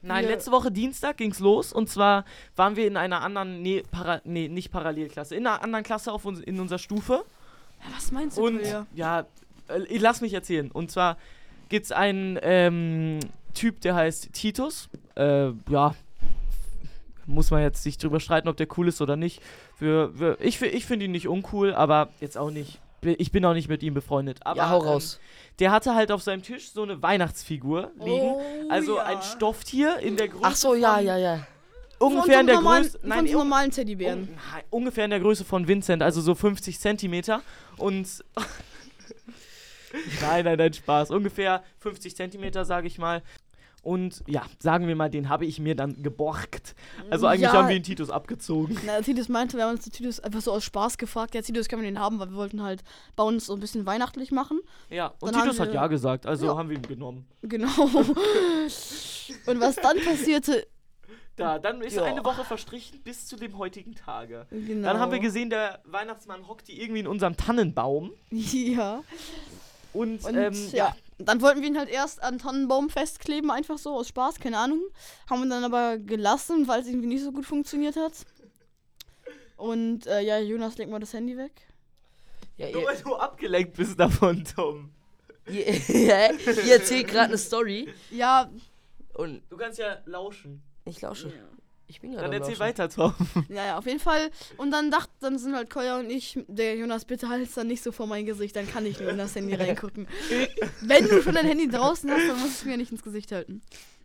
Speaker 3: Nein,
Speaker 1: Wir-
Speaker 3: letzte Woche Dienstag ging's los und zwar waren wir in einer anderen, nee, para, nee nicht Parallelklasse, in einer anderen Klasse auf uns, in unserer Stufe
Speaker 1: Ja, was meinst du,
Speaker 3: und
Speaker 1: Kolja?
Speaker 3: ja, äh, lass mich erzählen. Und zwar gibt's einen ähm, Typ, der heißt Titus. Äh, ja, muss man jetzt sich drüber streiten, ob der cool ist oder nicht. Wir, wir, ich fi- ich finde ihn nicht uncool, aber jetzt auch nicht. Ich bin auch nicht mit ihm befreundet. Aber,
Speaker 2: ja, hau raus.
Speaker 3: Ähm, der hatte halt auf seinem Tisch so eine Weihnachtsfigur liegen.
Speaker 1: Oh,
Speaker 3: also
Speaker 1: ja.
Speaker 3: ein Stofftier in der Größe
Speaker 2: Ach so, ja,
Speaker 3: von-
Speaker 2: ja, ja.
Speaker 3: ungefähr in der
Speaker 1: normalen,
Speaker 3: Größe,
Speaker 1: Nein,
Speaker 3: nein,
Speaker 1: von so
Speaker 3: un,
Speaker 1: normalen Teddybären.
Speaker 3: nein, ungefähr in der Größe von Vincent, also so 50 Zentimeter und *laughs* nein, nein, nein, Spaß, ungefähr 50 Zentimeter, sage ich mal. Und ja, sagen wir mal, den habe ich mir dann geborgt. Also eigentlich
Speaker 1: Ja.
Speaker 3: haben wir den Titus abgezogen.
Speaker 1: Na, Titus meinte, wir haben uns zu Titus einfach so aus Spaß gefragt. Ja, Titus können wir den haben, weil wir wollten halt bei uns so ein bisschen weihnachtlich machen. *laughs*
Speaker 3: Ja, und
Speaker 1: Dann haben
Speaker 3: Titus hat
Speaker 1: wir-
Speaker 3: ja gesagt, also
Speaker 1: Ja.
Speaker 3: haben wir ihn genommen.
Speaker 1: Genau. Und was dann passierte.
Speaker 3: Da, dann ist
Speaker 2: Ja.
Speaker 3: eine Woche verstrichen bis zu dem heutigen Tage.
Speaker 1: Genau.
Speaker 3: Dann haben wir gesehen, der Weihnachtsmann hockt die irgendwie in unserem Tannenbaum.
Speaker 1: *laughs* Ja.
Speaker 3: Und,
Speaker 1: Und
Speaker 3: ähm,
Speaker 1: ja. Dann wollten wir ihn halt erst an Tannenbaum festkleben, einfach so aus Spaß, keine Ahnung. Haben ihn dann aber gelassen, weil es irgendwie nicht so gut funktioniert hat. Und äh, ja, Jonas, leg mal das Handy weg.
Speaker 2: Ja,
Speaker 3: nur
Speaker 2: ihr,
Speaker 3: weil du abgelenkt bist davon, Tom.
Speaker 2: ihr, *laughs* ihr erzählt gerade eine Story
Speaker 1: Ja,
Speaker 2: und
Speaker 3: Du kannst ja lauschen.
Speaker 2: ich lausche. Ich bin gerade
Speaker 3: Dann
Speaker 2: am
Speaker 3: erzähl
Speaker 2: Lauschen.
Speaker 3: weiter, Tom.
Speaker 1: naja, auf jeden Fall. Und dann dacht, dann sind halt Koya und ich, der Jonas, bitte halt's dann nicht so vor mein Gesicht, dann kann ich nur in das
Speaker 3: *laughs*
Speaker 1: Handy reingucken. Wenn du schon dein Handy draußen hast, dann musst du es mir nicht ins Gesicht halten.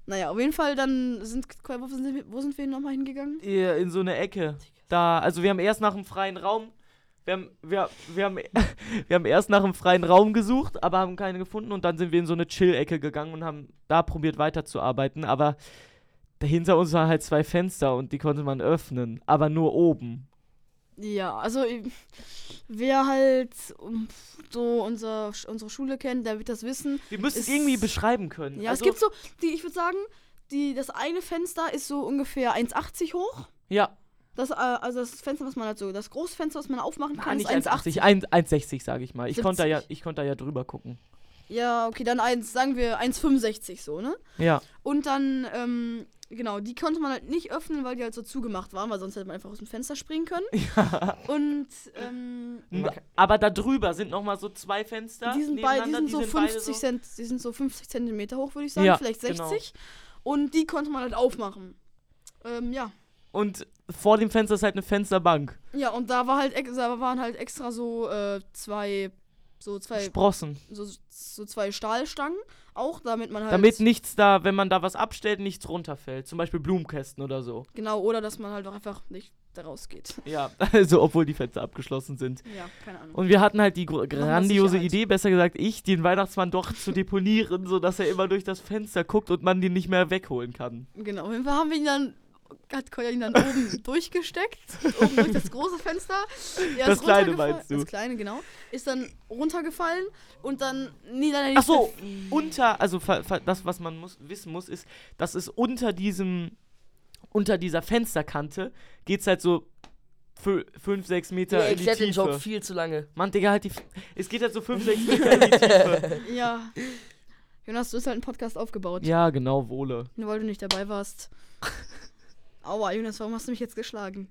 Speaker 1: Naja, auf jeden Fall, dann sind, Koya, wo sind wir, wo sind wir nochmal hingegangen?
Speaker 3: In so eine Ecke. Da, also wir haben erst nach einem freien Raum. Wir haben, wir, wir, haben, *laughs* wir haben erst nach einem freien Raum gesucht, aber haben keinen gefunden und dann sind wir in so eine Chill-Ecke gegangen und haben da probiert weiterzuarbeiten, aber hinter uns waren halt zwei Fenster und die konnte man öffnen, aber nur oben.
Speaker 1: Ja, also ich- wer halt um, so unser, unsere Schule kennt, der wird das wissen.
Speaker 3: Wir müssen es
Speaker 1: Es-
Speaker 3: irgendwie beschreiben können.
Speaker 1: Ja,
Speaker 3: also,
Speaker 1: es gibt so, die, ich würde sagen, die, das eine Fenster ist so ungefähr 1,80 hoch.
Speaker 3: Ja,
Speaker 1: Das, äh, also das Fenster, was man halt so, das Großfenster, was man aufmachen kann,
Speaker 3: Ah, nicht
Speaker 1: ist 1,80.
Speaker 3: 1,80, 1- 1,60 sage ich mal. Ich konnte, da ja,
Speaker 1: 70.
Speaker 3: ich konnte da ja drüber gucken.
Speaker 1: Ja, okay, dann eins, sagen wir 1,65 so, ne?
Speaker 3: Ja,
Speaker 1: Und dann, ähm, genau, die konnte man halt nicht öffnen, weil die halt so zugemacht waren, weil sonst hätte man einfach aus dem Fenster springen
Speaker 3: *laughs*
Speaker 1: können. Und, ähm,
Speaker 3: aber da drüber sind nochmal so zwei Fenster.
Speaker 1: die sind, bei, die sind
Speaker 3: nebeneinander,
Speaker 1: so 50
Speaker 3: beide
Speaker 1: Cent, die sind so 50 Zentimeter hoch, würde ich sagen,
Speaker 3: Ja,
Speaker 1: vielleicht
Speaker 3: genau.
Speaker 1: 60. Und die konnte man halt aufmachen. Ähm, ja.
Speaker 3: Und vor dem Fenster ist halt eine Fensterbank.
Speaker 1: Ja, und da war halt ex- da waren halt extra so äh, zwei so zwei
Speaker 3: Sprossen.
Speaker 1: so, so zwei Stahlstangen auch, damit man halt
Speaker 3: Damit nichts da, wenn man da was abstellt, nichts runterfällt. Zum Beispiel Blumenkästen oder so.
Speaker 1: genau oder dass man halt auch einfach nicht da rausgeht.
Speaker 3: Ja, *laughs* also obwohl die Fenster abgeschlossen sind.
Speaker 1: Ja, keine Ahnung.
Speaker 3: Und wir hatten halt die gro- grandiose
Speaker 1: Sicherheit.
Speaker 3: Idee, besser gesagt ich, den Weihnachtsmann doch zu deponieren, *laughs* sodass er immer durch das Fenster guckt und man den nicht mehr wegholen kann.
Speaker 1: Genau, auf jeden Fall haben wir ihn dann hat Kolja ihn dann
Speaker 3: *laughs*
Speaker 1: oben durchgesteckt, oben durch das große Fenster. Er
Speaker 3: Das
Speaker 1: ist
Speaker 3: kleine
Speaker 1: runtergefallen-
Speaker 3: meinst du?
Speaker 1: Das kleine, genau. Ist dann runtergefallen und dann nee, dann
Speaker 3: Ach so, unter, also ver, ver, das, was man muss, wissen muss, ist, dass es unter diesem, unter dieser Fensterkante geht es halt so 5, 6 Meter
Speaker 2: Nee,
Speaker 3: in
Speaker 2: ich
Speaker 3: die
Speaker 2: hätte den Joke
Speaker 3: Tiefe.
Speaker 2: viel zu lange.
Speaker 3: Mann, Digga, halt die, F- es geht halt so 5, 6 Meter in die *laughs* Tiefe.
Speaker 1: Ja. Jonas, du hast halt einen Podcast aufgebaut.
Speaker 3: Ja, genau, Wohle.
Speaker 1: Nur weil du nicht dabei
Speaker 3: *laughs*
Speaker 1: warst. Aua, Jonas, warum hast du mich jetzt geschlagen?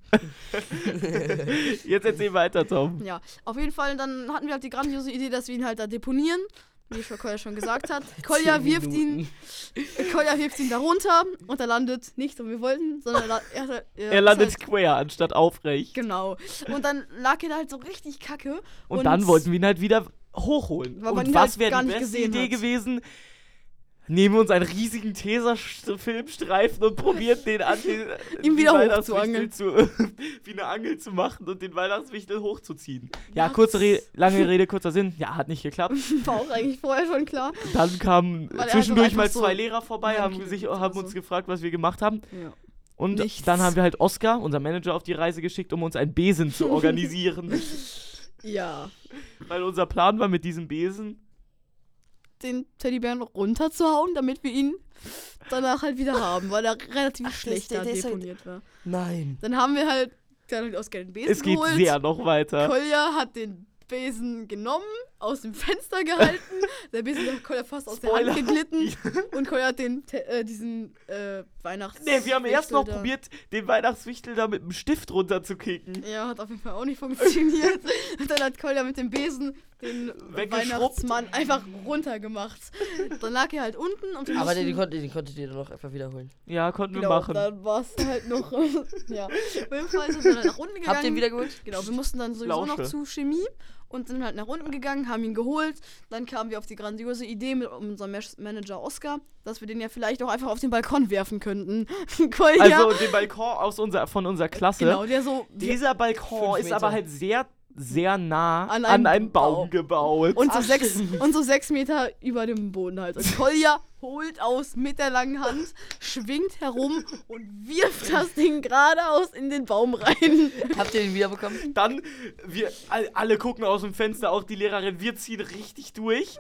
Speaker 3: Jetzt erzähl weiter, Tom.
Speaker 1: Ja, auf jeden Fall, dann hatten wir halt die grandiose Idee, dass wir ihn halt da deponieren. Wie schon Kolja schon gesagt hat. Kolja
Speaker 2: Zehn
Speaker 1: wirft ihn, *laughs*
Speaker 2: Minuten.
Speaker 1: Kolja wirft ihn da runter und er landet nicht, so wie wir wollten, sondern er, la- er, er
Speaker 3: Er
Speaker 1: ist
Speaker 3: landet
Speaker 1: Halt,
Speaker 3: square anstatt aufrecht.
Speaker 1: genau. Und dann lag er da halt so richtig kacke.
Speaker 3: Und, dann wollten wir ihn halt wieder hochholen.
Speaker 1: Weil man
Speaker 3: Und
Speaker 1: ihn
Speaker 3: was
Speaker 1: halt
Speaker 3: wäre
Speaker 1: gar
Speaker 3: die
Speaker 1: nicht
Speaker 3: beste
Speaker 1: gesehen
Speaker 3: Idee
Speaker 1: hat.
Speaker 3: gewesen? Nehmen wir uns einen riesigen Taser-Filmstreifen und probieren den an den,
Speaker 1: *laughs* Ihm
Speaker 3: die
Speaker 1: wieder
Speaker 3: Weihnachtswichtel zu, *laughs* wie eine Angel zu machen und den Weihnachtswichtel hochzuziehen. Ja,
Speaker 1: Ja,
Speaker 3: kurze
Speaker 1: das-
Speaker 3: Rede, lange Rede, kurzer Sinn. Ja, hat nicht
Speaker 1: *laughs*
Speaker 3: geklappt.
Speaker 1: *laughs* War auch eigentlich vorher schon klar.
Speaker 3: Dann kamen
Speaker 1: Weil er
Speaker 3: zwischendurch
Speaker 1: also
Speaker 3: mal
Speaker 1: einfach
Speaker 3: zwei
Speaker 1: so
Speaker 3: Lehrer vorbei,
Speaker 1: neun
Speaker 3: haben,
Speaker 1: Kilo
Speaker 3: sich,
Speaker 1: oder
Speaker 3: haben
Speaker 1: so.
Speaker 3: uns gefragt, was wir gemacht haben.
Speaker 1: Ja.
Speaker 3: Und
Speaker 1: Nichts.
Speaker 3: dann haben wir halt Oscar, unser Manager, auf die Reise geschickt, um uns einen Besen zu organisieren.
Speaker 1: ja.
Speaker 3: Weil unser Plan war mit diesem Besen.
Speaker 1: Den Teddybären runterzuhauen, damit wir ihn danach halt wieder haben, weil er relativ schlecht
Speaker 2: der-
Speaker 1: da
Speaker 2: der ist halt-
Speaker 1: deponiert war.
Speaker 2: Nein.
Speaker 1: Dann haben wir halt, dann haben wir aus den Besen
Speaker 3: Es geht
Speaker 1: geholt.
Speaker 3: sehr noch weiter.
Speaker 1: Kolja hat den Besen genommen, aus dem Fenster
Speaker 3: *laughs*
Speaker 1: gehalten. der Besen der Kolja fast aus
Speaker 3: Spoiler.
Speaker 1: der Hand
Speaker 3: *laughs*
Speaker 1: geglitten. und Kolja hat den, Te- äh, diesen äh, Weihnachts.
Speaker 3: Nee, wir haben erst noch
Speaker 1: da-
Speaker 3: probiert, den Weihnachtswichtel da mit dem Stift runterzukicken.
Speaker 1: Ja, hat auf jeden Fall auch nicht
Speaker 3: *laughs*
Speaker 1: funktioniert. Und dann hat Kolja mit dem Besen den
Speaker 3: Weggeschrubbt.
Speaker 1: Weihnachtsmann einfach runtergemacht. Dann lag er halt unten und wir
Speaker 2: Aber
Speaker 1: mussten-
Speaker 2: den, den, konntet, den konntet ihr dann noch einfach wiederholen.
Speaker 3: Ja, konnten
Speaker 1: genau,
Speaker 3: wir
Speaker 1: *laughs*
Speaker 3: machen.
Speaker 1: Dann war es halt
Speaker 3: *laughs*
Speaker 1: noch. ja. Auf jeden Fall sind wir dann nach unten gegangen.
Speaker 2: Habt ihr ihn
Speaker 1: *laughs*
Speaker 2: wieder geholt?
Speaker 1: Genau, wir mussten dann sowieso noch
Speaker 3: Lausche.
Speaker 1: zu Chemie und sind halt nach unten gegangen, haben ihn geholt. Dann kamen wir auf die grandiose Idee mit unserem Mes- Manager Oscar, dass wir den ja vielleicht auch einfach auf den Balkon werfen könnten. *laughs* Kolja.
Speaker 3: Also den Balkon aus unser, von unserer Klasse.
Speaker 1: genau, der so.
Speaker 3: Dieser Balkon
Speaker 2: Fünf
Speaker 3: ist aber
Speaker 2: Meter.
Speaker 3: halt sehr, sehr nah
Speaker 1: An
Speaker 3: an
Speaker 1: einem
Speaker 3: einem, Baum
Speaker 1: Baum.
Speaker 3: gebaut. *laughs*
Speaker 1: und so, sechs, und so sechs Meter über dem Boden halt. Und Kolja holt aus mit der langen Hand, schwingt herum und wirft das Ding geradeaus in den Baum rein. *laughs*
Speaker 2: Habt ihr den wiederbekommen?
Speaker 3: dann, wir all- alle gucken aus dem Fenster, auch die Lehrerin, wir ziehen richtig durch,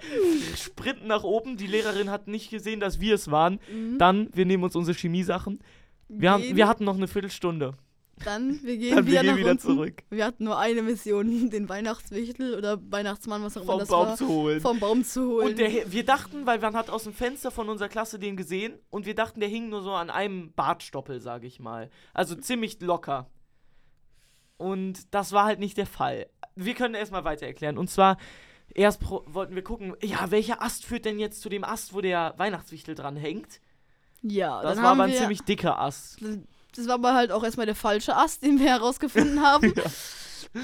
Speaker 3: sprinten nach oben. Die Lehrerin hat nicht gesehen, dass wir es waren. Dann, wir nehmen uns unsere Chemiesachen. Wir, haben,
Speaker 1: Mhm. Gehen.
Speaker 3: wir hatten noch eine Viertelstunde.
Speaker 1: Dann, wir gehen
Speaker 3: Dann, wir
Speaker 1: wieder,
Speaker 3: gehen
Speaker 1: nach
Speaker 3: wieder
Speaker 1: unten.
Speaker 3: zurück.
Speaker 1: Wir hatten nur eine Mission, den Weihnachtswichtel oder Weihnachtsmann, was auch immer
Speaker 3: Vom
Speaker 1: das
Speaker 3: um Baum
Speaker 1: war,
Speaker 3: zu holen.
Speaker 1: vom Baum zu holen.
Speaker 3: Und der, wir dachten, weil man hat aus dem Fenster von unserer Klasse den gesehen und wir dachten, der hing nur so an einem Bartstoppel, sage ich mal. Also ziemlich locker. Und das war halt nicht der Fall. Wir können erstmal weiter erklären. Und zwar, erst pro wollten wir gucken, ja, welcher Ast führt denn jetzt zu dem Ast, wo der Weihnachtswichtel dran hängt?
Speaker 1: ja,
Speaker 3: Das
Speaker 1: dann
Speaker 3: war
Speaker 1: haben
Speaker 3: aber ein
Speaker 1: wir,
Speaker 3: ziemlich dicker Ast.
Speaker 1: Das war aber halt auch erstmal der falsche Ast, *laughs* den wir herausgefunden
Speaker 3: *laughs*
Speaker 1: haben.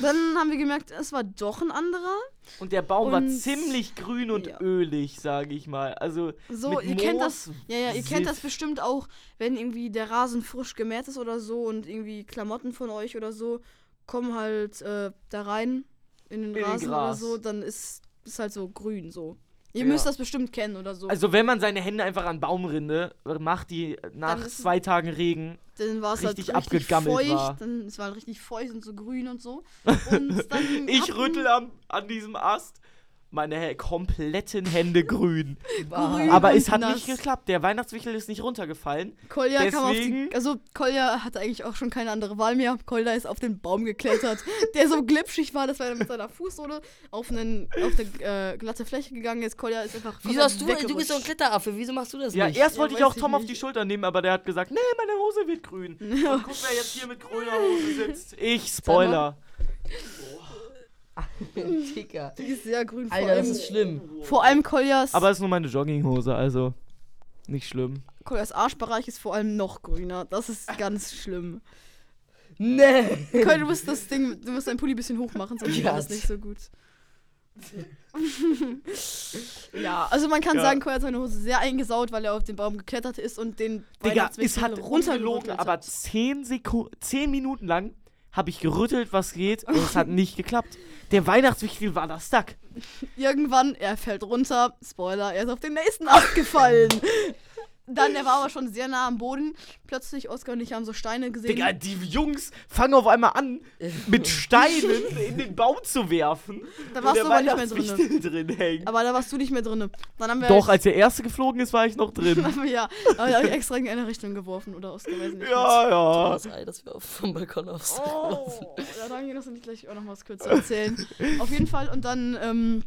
Speaker 1: Dann haben wir gemerkt, es war doch ein anderer.
Speaker 3: Und der Baum war
Speaker 1: Und-
Speaker 3: ziemlich grün und
Speaker 1: ja.
Speaker 3: ölig, sage ich mal. Also,
Speaker 1: So,
Speaker 3: mit
Speaker 1: ihr kennt
Speaker 3: Moos,
Speaker 1: das. Ja, ja, ihr kennt das
Speaker 3: Siff.
Speaker 1: bestimmt auch, wenn irgendwie der Rasen frisch gemäht ist oder so und irgendwie Klamotten von euch oder so kommen halt äh, da rein in den
Speaker 3: den
Speaker 1: Rasen oder
Speaker 3: Gras.
Speaker 1: so, dann ist es halt so grün so. Ihr
Speaker 3: Ja.
Speaker 1: müsst das bestimmt kennen oder so.
Speaker 3: Also wenn man seine Hände einfach an Baumrinde macht, die nach
Speaker 1: ist es-
Speaker 3: zwei Tagen Regen,
Speaker 1: dann war es halt
Speaker 3: richtig
Speaker 1: richtig
Speaker 3: abgegammelt
Speaker 1: feucht,
Speaker 3: war.
Speaker 1: dann es
Speaker 3: *laughs*
Speaker 1: war richtig feucht und so grün und so. Und dann
Speaker 3: ich
Speaker 1: hatten-
Speaker 3: rüttel am, an diesem Ast meine hä- kompletten Hände grün.
Speaker 1: Grün
Speaker 3: Aber
Speaker 1: und
Speaker 3: es hat
Speaker 1: nass.
Speaker 3: nicht geklappt. Der Weihnachtswichel ist nicht runtergefallen.
Speaker 1: Kolja kam auf die,
Speaker 3: Deswegen-
Speaker 1: also Kolja hatte eigentlich auch schon keine andere Wahl mehr. Kolja ist auf den Baum geklettert, *laughs* der so glitschig war, dass er mit seiner Fußsohle auf, einen, auf eine äh, glatte Fläche gegangen ist. Kolja ist einfach
Speaker 2: Wieso hast du, du bist so ein Klitteraffe, wieso machst du das
Speaker 3: Ja,
Speaker 2: nicht?
Speaker 3: erst
Speaker 1: Ja,
Speaker 3: wollte ich
Speaker 1: weiß
Speaker 3: auch
Speaker 1: ich
Speaker 3: Tom auf die
Speaker 1: nicht.
Speaker 3: Schulter nehmen, aber der hat gesagt, nee, meine Hose
Speaker 1: *laughs*
Speaker 3: wird grün. Und guck, wer jetzt hier mit grüner Hose sitzt. Ich, Spoiler.
Speaker 2: *laughs* Digga.
Speaker 1: Die ist sehr grün. vor,
Speaker 2: Alter, das
Speaker 1: allem,
Speaker 2: ist schlimm.
Speaker 1: vor allem Koljas,
Speaker 3: Aber es ist nur meine Jogginghose, also nicht schlimm.
Speaker 1: Koljas Arschbereich ist vor allem noch grüner. Das ist
Speaker 3: Ah.
Speaker 1: ganz schlimm.
Speaker 2: Nee. *laughs*
Speaker 1: Kolja, du musst das Ding, du musst dein Pulli ein bisschen hoch machen, sonst
Speaker 2: Ja.
Speaker 1: wird das nicht so gut. *laughs* ja, also man kann
Speaker 3: Ja.
Speaker 1: sagen, Kolja hat seine Hose sehr eingesaut, weil er auf den Baum geklettert ist und den
Speaker 3: Digga, es
Speaker 1: Weihnachtswichtel
Speaker 3: hat
Speaker 1: runtergeholt
Speaker 3: runtergelogen, aber 10, Seku 10 Minuten lang habe ich gerüttelt, was geht, und
Speaker 1: *laughs*
Speaker 3: es hat nicht geklappt. Der Weihnachtswichtel war da stuck.
Speaker 1: Irgendwann, er fällt runter. Spoiler, er ist auf den nächsten
Speaker 3: *laughs*
Speaker 1: abgefallen. Dann, er war aber schon sehr nah am Boden. Plötzlich, Oskar und ich haben so Steine gesehen.
Speaker 3: Digga, die Jungs fangen auf einmal an,
Speaker 1: *laughs*
Speaker 3: mit Steinen in den Baum zu werfen.
Speaker 1: da
Speaker 3: Und
Speaker 1: warst
Speaker 3: der
Speaker 1: du aber nicht mehr drin.
Speaker 3: Weihnachtswichtel *laughs* drin hängt.
Speaker 1: Aber da warst du nicht mehr drin. Dann haben wir. *laughs*
Speaker 3: Doch, als der erste geflogen ist, war ich noch drin.
Speaker 1: ja, aber ich habe extra in eine Richtung geworfen oder Oskar, weiß nicht.
Speaker 3: ja, ja.
Speaker 2: Das Ei, das wir auf- vom Balkon aufs.
Speaker 1: Oh, da sagen wir das nicht gleich auch noch was kurz zu
Speaker 3: *laughs*
Speaker 1: erzählen. Auf jeden Fall, und dann ähm,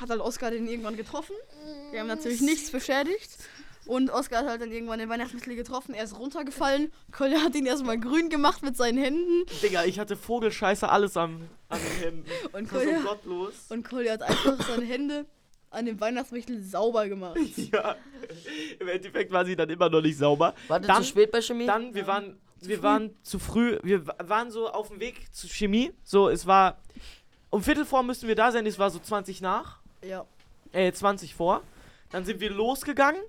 Speaker 1: hat halt Oskar den irgendwann getroffen. Wir haben natürlich nichts beschädigt. Und Oskar hat halt dann irgendwann den Weihnachtsmittel getroffen. Er ist runtergefallen. Kolja hat ihn erstmal grün gemacht mit seinen Händen.
Speaker 3: Digga, ich hatte Vogelscheiße alles an, an den
Speaker 1: *laughs*
Speaker 3: Händen.
Speaker 1: Und
Speaker 3: Das war so
Speaker 1: Kolja,
Speaker 3: gottlos.
Speaker 1: und Kolja hat einfach seine Hände an dem Weihnachtsmittel sauber gemacht.
Speaker 3: *laughs* Ja. Im Endeffekt war sie dann immer noch nicht sauber.
Speaker 2: Warte,
Speaker 3: dann,
Speaker 2: zu spät bei Chemie?
Speaker 3: Dann, wir waren, wir waren zu früh, wir wa- waren so auf dem Weg zu Chemie. So, es war. Um Viertel vor müssten wir da sein, es war so 20 nach.
Speaker 1: Ja.
Speaker 3: Äh, 20 vor. Dann sind wir losgegangen.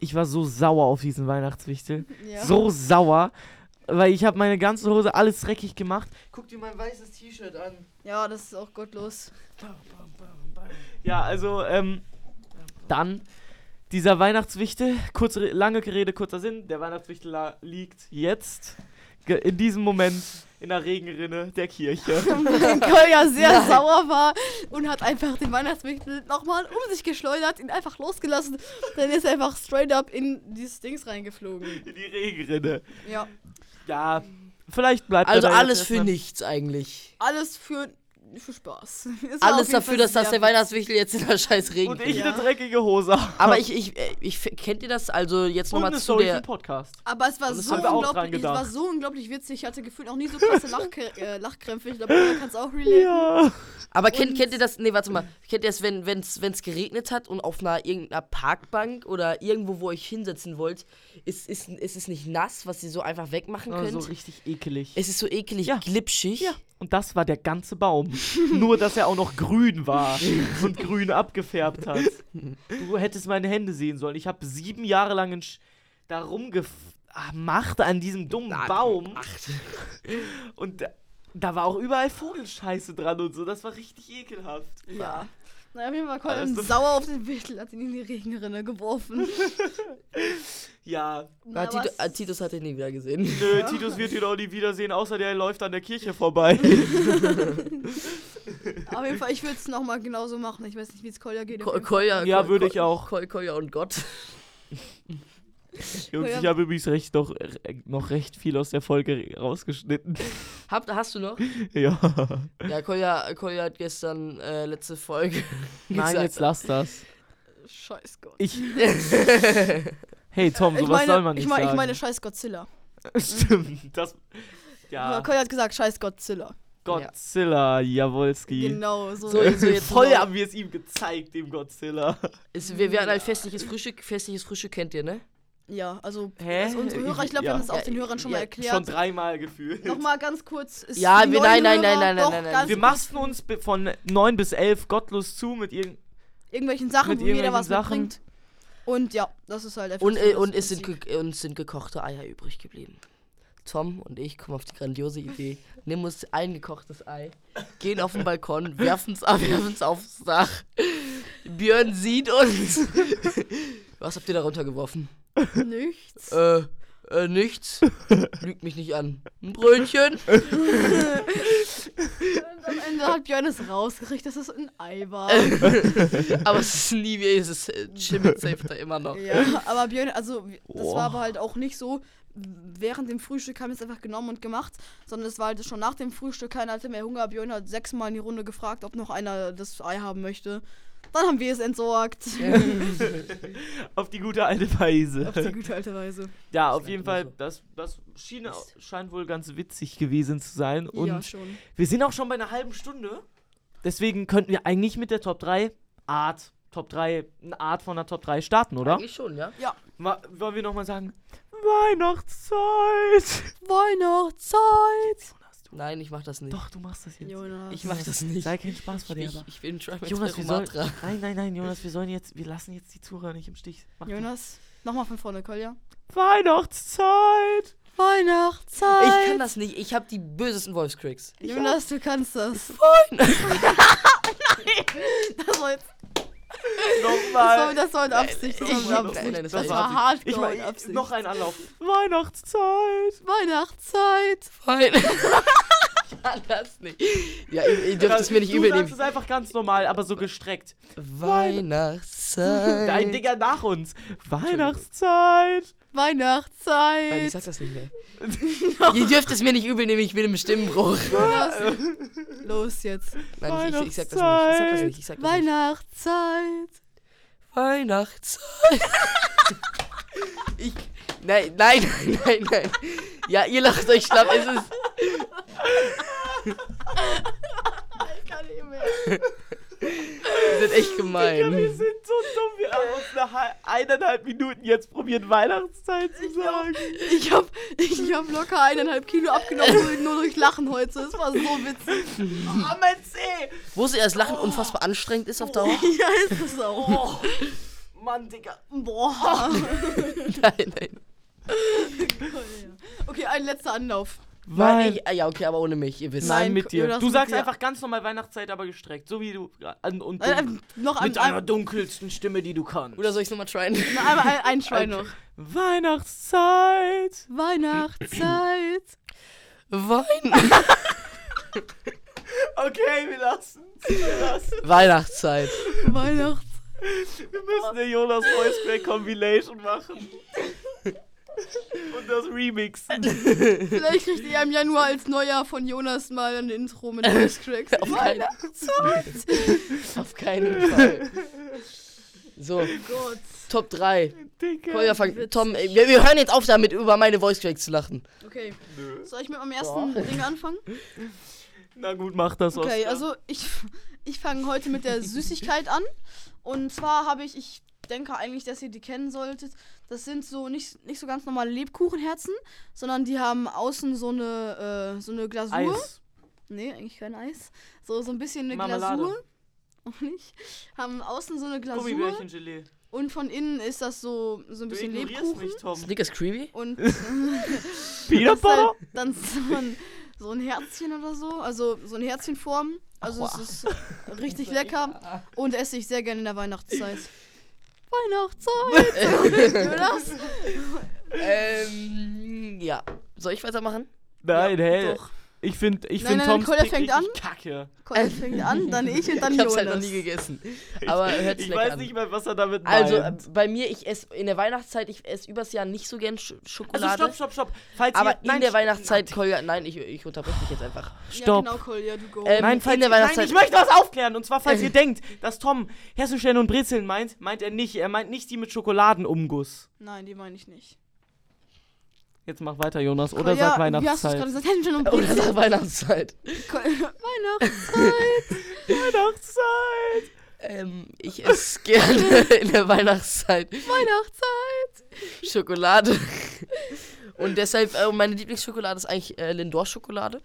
Speaker 3: Ich war so sauer auf diesen Weihnachtswichtel.
Speaker 1: ja.
Speaker 3: So sauer. Weil ich habe meine ganze Hose alles dreckig gemacht.
Speaker 2: Guck dir mein weißes T-Shirt an.
Speaker 1: Ja, das ist auch gottlos.
Speaker 3: Ja, also, ähm, dann dieser Weihnachtswichtel, kurze, lange Rede, kurzer Sinn, der Weihnachtswichtel la- liegt jetzt, ge- in diesem Moment, in der Regenrinne
Speaker 2: *laughs*
Speaker 3: der Kirche.
Speaker 1: Wenn Kolja sehr sauer war und hat einfach den Weihnachtswichtel nochmal um sich geschleudert, ihn einfach losgelassen. Dann ist er einfach straight up in dieses Dings reingeflogen.
Speaker 3: in die Regenrinne.
Speaker 1: Ja,
Speaker 3: Ja, vielleicht bleibt er
Speaker 2: Also
Speaker 3: da jetzt
Speaker 2: alles für
Speaker 3: erstmal-
Speaker 2: nichts eigentlich.
Speaker 1: alles für, für Spaß. *laughs* Es war auf
Speaker 2: Alles
Speaker 1: jeden
Speaker 2: dafür,
Speaker 1: Fall
Speaker 2: dass das
Speaker 1: sehr
Speaker 2: der Weihnachtswichtel jetzt in der scheiß Regen
Speaker 3: Und ich
Speaker 1: Ja.
Speaker 3: eine dreckige Hose.
Speaker 2: Aber ich, ich, äh, ich, f- kennt ihr das? Also jetzt
Speaker 3: und
Speaker 2: nochmal
Speaker 3: eine
Speaker 2: zu
Speaker 3: Story für
Speaker 2: der.
Speaker 3: den Podcast.
Speaker 1: Aber es war,
Speaker 3: das
Speaker 1: so
Speaker 3: haben wir auch dran
Speaker 1: unglaublich, es war
Speaker 3: gedacht.
Speaker 1: so unglaublich witzig. Ich hatte gefühlt noch nie so krasse Lachkrä äh, Lachkrämpfe. Ich glaube, du kannst auch relaten.
Speaker 3: Ja.
Speaker 2: Aber kennt, kennt ihr das? Nee, warte mal. Kennt ihr das, wenn wenn's, wenn's geregnet hat und auf einer irgendeiner Parkbank oder irgendwo, wo ihr euch hinsetzen wollt, ist, ist, ist es nicht nass, was ihr so einfach wegmachen könnt?
Speaker 3: Ah, So richtig ekelig.
Speaker 2: es ist so eklig,
Speaker 3: Ja.
Speaker 2: glitschig.
Speaker 3: Ja. Und das war der ganze Baum. Nur, dass er auch noch grün war und grün abgefärbt hat. Du hättest meine Hände sehen sollen. Ich habe sieben Jahre lang in Sch- da rumgemacht an diesem dummen
Speaker 2: Na,
Speaker 3: Baum.
Speaker 2: Acht.
Speaker 3: Und da, da war auch überall Vogelscheiße dran und so. Das war richtig ekelhaft.
Speaker 1: Ja. Na, auf jeden Fall war
Speaker 3: Alles
Speaker 1: Colin
Speaker 3: so-
Speaker 1: sauer auf den Wichtel, hat ihn in die Regenrinne geworfen.
Speaker 3: Ja.
Speaker 1: Na,
Speaker 2: Na,
Speaker 1: aber
Speaker 2: Tito,
Speaker 1: es-
Speaker 2: ah, Titus hat ihn nie wieder
Speaker 3: *laughs*
Speaker 2: gesehen.
Speaker 3: Nö, Titus wird ihn auch nie wiedersehen, außer der läuft an der Kirche vorbei.
Speaker 1: Auf jeden Fall, ich würde es nochmal genauso machen. Ich weiß nicht, wie es Kolja geht.
Speaker 2: Ko- Kolja,
Speaker 3: Ja,
Speaker 2: Ko-
Speaker 3: würde
Speaker 2: Ko-
Speaker 3: ich auch.
Speaker 2: Ko- Kolja und Gott. *laughs*
Speaker 3: Jungs,
Speaker 1: Ja.
Speaker 3: ich habe übrigens recht, noch, noch recht viel aus der Folge rausgeschnitten.
Speaker 2: Habt, hast du noch?
Speaker 3: Ja.
Speaker 2: Ja, Kolja, Kolja hat gestern äh, letzte Folge. *laughs*
Speaker 3: Nein,
Speaker 2: gesagt.
Speaker 3: jetzt lass das.
Speaker 1: Scheiß Gott.
Speaker 3: Ich.
Speaker 2: *laughs*
Speaker 3: hey Tom,
Speaker 1: Ich
Speaker 3: sowas
Speaker 1: meine,
Speaker 3: soll man nicht
Speaker 1: ich meine, ich
Speaker 3: sagen.
Speaker 1: meine scheiß Godzilla.
Speaker 3: *laughs* Stimmt, das.
Speaker 1: Aber
Speaker 3: Ja,
Speaker 1: Kolja hat gesagt, scheiß Godzilla.
Speaker 3: Godzilla, Jawolski.
Speaker 1: Genau, so.
Speaker 2: So, so jetzt
Speaker 3: Voll
Speaker 2: genau.
Speaker 3: haben wir es ihm gezeigt, dem Godzilla.
Speaker 2: Ist, wir, wir hatten halt festliches Frühstück. Festliches Frühstück kennt ihr, ne?
Speaker 1: Ja, also
Speaker 3: Hä?
Speaker 1: also unsere Hörer, ich glaube, wir
Speaker 3: Ja.
Speaker 1: haben das auch
Speaker 2: Ja,
Speaker 1: den Hörern schon
Speaker 2: ja,
Speaker 1: mal
Speaker 3: Schon
Speaker 1: erklärt.
Speaker 3: dreimal gefühlt.
Speaker 1: Nochmal ganz kurz. Ist
Speaker 2: Ja,
Speaker 1: die
Speaker 2: wir-
Speaker 1: neuen Hörer
Speaker 2: nein, nein, nein, nein,
Speaker 1: doch
Speaker 2: nein, nein,
Speaker 1: ganz
Speaker 2: nein.
Speaker 3: wir machten uns be- von 9 bis 11 gottlos zu mit irgend.
Speaker 1: irgendwelchen Sachen,
Speaker 3: mit
Speaker 1: wo jeder was
Speaker 3: irgendwelchen
Speaker 1: mitbringt. Und ja, das ist halt einfach
Speaker 2: Und,
Speaker 1: so
Speaker 2: äh,
Speaker 1: das
Speaker 2: und, es sind
Speaker 1: Prinzip.
Speaker 2: ge- uns sind gekochte Eier übrig geblieben. Tom und ich kommen auf die grandiose Idee, nehmen uns ein gekochtes Ei, gehen auf den Balkon,
Speaker 3: *laughs*
Speaker 2: werfen es ab, werfen es aufs Dach. Björn sieht uns. *laughs* Was habt ihr da runtergeworfen?
Speaker 1: nichts.
Speaker 2: Äh, äh, nichts. Lügt mich nicht an. Ein Brötchen?
Speaker 1: Und am Ende hat Björn es rausgekriegt, dass es ein Ei war.
Speaker 2: *laughs* aber es ist nie wie es ist. äh, Schimmelt safe da immer noch.
Speaker 1: Ja, aber Björn, also w- das
Speaker 3: Boah.
Speaker 1: war aber halt auch nicht so. Während dem Frühstück haben wir es einfach genommen und gemacht, sondern es war halt schon nach dem Frühstück, keiner hatte mehr Hunger. Björn hat sechsmal in die Runde gefragt, ob noch einer das Ei haben möchte. Dann haben wir es entsorgt.
Speaker 3: Auf die gute alte
Speaker 1: *laughs*
Speaker 3: Weise.
Speaker 1: Auf die gute alte Weise.
Speaker 3: Ja, auf
Speaker 2: Sagt
Speaker 3: jeden
Speaker 2: man
Speaker 3: Fall,
Speaker 2: so.
Speaker 3: das, das schien, au-
Speaker 2: Mist.
Speaker 3: scheint wohl ganz witzig gewesen zu sein. Und
Speaker 1: ja, schon.
Speaker 3: wir sind auch schon bei einer halben Stunde. Deswegen könnten wir eigentlich mit der Top 3 Art, Top 3, eine Art von der Top 3 starten, oder?
Speaker 2: Eigentlich schon, ja?
Speaker 3: Ma- Wollen wir nochmal sagen, Weihnachtszeit.
Speaker 1: Weihnachtszeit!
Speaker 2: Nein, ich mach das nicht.
Speaker 3: Doch, du machst das jetzt.
Speaker 1: Jonas.
Speaker 2: Ich mach das nicht.
Speaker 3: Sei kein Spaßverderber.
Speaker 2: ich, ich bin Try
Speaker 3: Jonas, wir sollen, nein, nein, nein, Jonas, wir sollen jetzt, wir lassen jetzt die Zuhörer nicht im Stich. Mach du.
Speaker 1: Jonas, nochmal von vorne, Kolja.
Speaker 2: *laughs*
Speaker 3: Weihnachtszeit.
Speaker 1: Weihnachtszeit!
Speaker 2: Ich kann das nicht. Ich habe die bösesten Wolfskriegs.
Speaker 1: Jonas, du kannst das. Nein! *laughs* Das war jetzt Das war,
Speaker 3: Nochmal.
Speaker 1: das war mit Absicht. Das war
Speaker 2: ich-
Speaker 1: mit Absicht.
Speaker 2: nein, nein, das
Speaker 1: das,
Speaker 2: war
Speaker 1: war
Speaker 3: Absicht.
Speaker 1: hardcore
Speaker 3: Ich
Speaker 1: mit
Speaker 3: mach,
Speaker 1: Absicht.
Speaker 3: noch ein Anlauf. Weihnachtszeit.
Speaker 1: Weihnachtszeit.
Speaker 2: *laughs* Fein. ich kann das nicht. Ja, ihr, ihr dürft es mir nicht
Speaker 3: du
Speaker 2: übel
Speaker 3: sagst
Speaker 2: nehmen.
Speaker 3: es einfach ganz normal, aber so gestreckt. Dein
Speaker 2: Weihnachtszeit.
Speaker 3: Digger nach uns. Weihnachtszeit.
Speaker 2: Nein, ich
Speaker 1: Weihnachtszeit.
Speaker 2: sag das nicht mehr. *laughs* ihr dürft es mir nicht übel nehmen, ich bin im Stimmbruch.
Speaker 1: *laughs* Los jetzt.
Speaker 2: Nein, ich, ich sag das nicht. Ich sag das nicht. Ich sag das nicht.
Speaker 1: Weihnachtszeit.
Speaker 2: Weihnachtszeit. *laughs* ich. Nein, nein, nein, nein, nein. Ja, ihr lacht euch schlapp. Es ist.
Speaker 1: Ich kann nicht mehr.
Speaker 2: *laughs* Wir sind echt
Speaker 3: Digga, wir
Speaker 2: gemein.
Speaker 3: sind so dumm. Wir haben uns nach hal- eineinhalb Minuten jetzt probiert, Weihnachtszeit zu sagen.
Speaker 1: Ich hab, ich hab locker eineinhalb Kilo abgenommen, nur- nur durch Lachen heute. Das war so witzig.
Speaker 3: Ah, mein Zeh.
Speaker 2: Wusstet ihr, dass Lachen unfassbar anstrengend ist auf Dauer?
Speaker 1: *laughs* Ja, ist es auch.
Speaker 3: Oh, Mann, Digga.
Speaker 1: Boah.
Speaker 2: *laughs* Nein, nein.
Speaker 1: Okay, ein letzter Anlauf.
Speaker 2: Nein, ich, ah, ja, okay, aber ohne mich, ihr wisst.
Speaker 3: Nein,
Speaker 1: Nein,
Speaker 3: mit dir.
Speaker 1: Jonas,
Speaker 3: du
Speaker 1: mit
Speaker 3: sagst
Speaker 1: dir.
Speaker 3: einfach ganz normal Weihnachtszeit, aber gestreckt. So wie du. An, und
Speaker 1: Äh, äh,
Speaker 3: dunkel.
Speaker 1: noch ein,
Speaker 3: mit deiner
Speaker 1: ein,
Speaker 3: dunkelsten Stimme, die du kannst.
Speaker 2: Oder soll ich nochmal tryen?
Speaker 1: ein, ein, ein Schwein noch.
Speaker 3: Weihnachtszeit.
Speaker 1: Weihnachtszeit.
Speaker 2: *laughs* Wein
Speaker 3: Okay, wir lassen. Wir lassen.
Speaker 2: Weihnachtszeit.
Speaker 1: Weihnachts.
Speaker 3: Wir müssen eine Jonas Voice Crack Compilation machen. Und das remixen.
Speaker 1: Vielleicht kriegt ihr im Januar als Neujahr von Jonas mal ein Intro
Speaker 3: *laughs*
Speaker 1: mit Voice Oh Cracks.
Speaker 2: Auf keinen, auf keinen Fall. So,
Speaker 1: Oh Gott.
Speaker 2: Top 3.
Speaker 3: Digga.
Speaker 2: Kolja, fang, Tom, ey, wir, wir hören jetzt auf damit, über meine Voice Cracks zu lachen.
Speaker 1: Okay. Soll ich mit meinem ersten Ding anfangen?
Speaker 3: Na gut, mach das aus.
Speaker 1: Okay, also ich, ich fange heute mit der Süßigkeit an. Und zwar habe ich, ich denke eigentlich, dass ihr die kennen solltet. Das sind so nicht, nicht so ganz normale Lebkuchenherzen, sondern die haben außen so eine, äh, so eine Glasur.
Speaker 3: Eis.
Speaker 1: Nee, eigentlich kein Eis. So, so ein bisschen eine
Speaker 3: Marmelade.
Speaker 1: Glasur. *laughs* Auch nicht. Haben außen so eine Glasur.
Speaker 3: Gummibärchengelee.
Speaker 1: Und von innen ist das so, so ein
Speaker 3: Du
Speaker 1: bisschen
Speaker 3: ignorierst
Speaker 1: Lebkuchen.
Speaker 3: mich, Tom.
Speaker 2: Snick ist creepy. *laughs*
Speaker 1: Und das
Speaker 3: Peanut
Speaker 1: ist halt
Speaker 3: Butter?
Speaker 1: dann so ein, so ein Herzchen oder so. Also so ein Herzchenform. Also
Speaker 2: Aua.
Speaker 1: es ist richtig lecker. Und esse ich sehr gerne in der Weihnachtszeit. *laughs* Weihnachtszeit! Jonas?
Speaker 2: Ähm, ja. Soll ich weitermachen?
Speaker 3: Nein, hey.
Speaker 1: Doch.
Speaker 3: Ich finde ich
Speaker 1: Nein,
Speaker 3: find
Speaker 1: nein,
Speaker 3: Toms
Speaker 1: Kolja
Speaker 3: Pick
Speaker 1: fängt
Speaker 3: richtig
Speaker 1: an.
Speaker 3: kacke.
Speaker 1: Colin fängt an, dann ich und dann Jonas.
Speaker 2: Ähm. ich hab's halt noch nie gegessen. Aber hört sich
Speaker 3: Ich
Speaker 2: lecker
Speaker 3: weiß
Speaker 2: an.
Speaker 3: nicht mehr, was er damit meint.
Speaker 2: also, äh,
Speaker 1: ähm,
Speaker 2: bei mir, ich esse in der Weihnachtszeit, ich esse übers Jahr nicht so gern Sch Schokolade.
Speaker 3: also stopp, stopp, stopp. Falls
Speaker 2: Aber
Speaker 3: ihr,
Speaker 2: in
Speaker 3: nein,
Speaker 2: der Weihnachtszeit, Kolja, nein, ich, ich unterbreche dich jetzt einfach.
Speaker 1: Ja,
Speaker 3: Stopp.
Speaker 1: genau, Kolja, du go.
Speaker 2: Ähm,
Speaker 3: Nein,
Speaker 2: in
Speaker 3: falls,
Speaker 2: der
Speaker 3: nein,
Speaker 2: Weihnachtszeit-
Speaker 3: ich möchte was aufklären. Und
Speaker 1: *laughs*
Speaker 3: zwar, falls
Speaker 2: Äh.
Speaker 3: ihr denkt, dass Tom Hessenstellen und Brezeln meint, meint er nicht. Er meint nicht die mit Schokoladenumguss.
Speaker 1: Nein, die meine ich nicht.
Speaker 3: Jetzt mach weiter, Jonas. Oder
Speaker 1: Kolja,
Speaker 3: sag
Speaker 1: Wie hast du es gerade
Speaker 3: Weihnachtszeit.
Speaker 1: gesagt? Hätten wir noch ein
Speaker 2: Oder
Speaker 1: bisschen.
Speaker 2: nach Weihnachtszeit.
Speaker 1: Kolja, Weihnachtszeit!
Speaker 3: Weihnachtszeit.
Speaker 2: Ähm, ich esse *laughs* gerne in der Weihnachtszeit
Speaker 1: Weihnachtszeit!
Speaker 2: Schokolade. Und deshalb, äh, meine Lieblingsschokolade ist eigentlich äh, Lindor-Schokolade.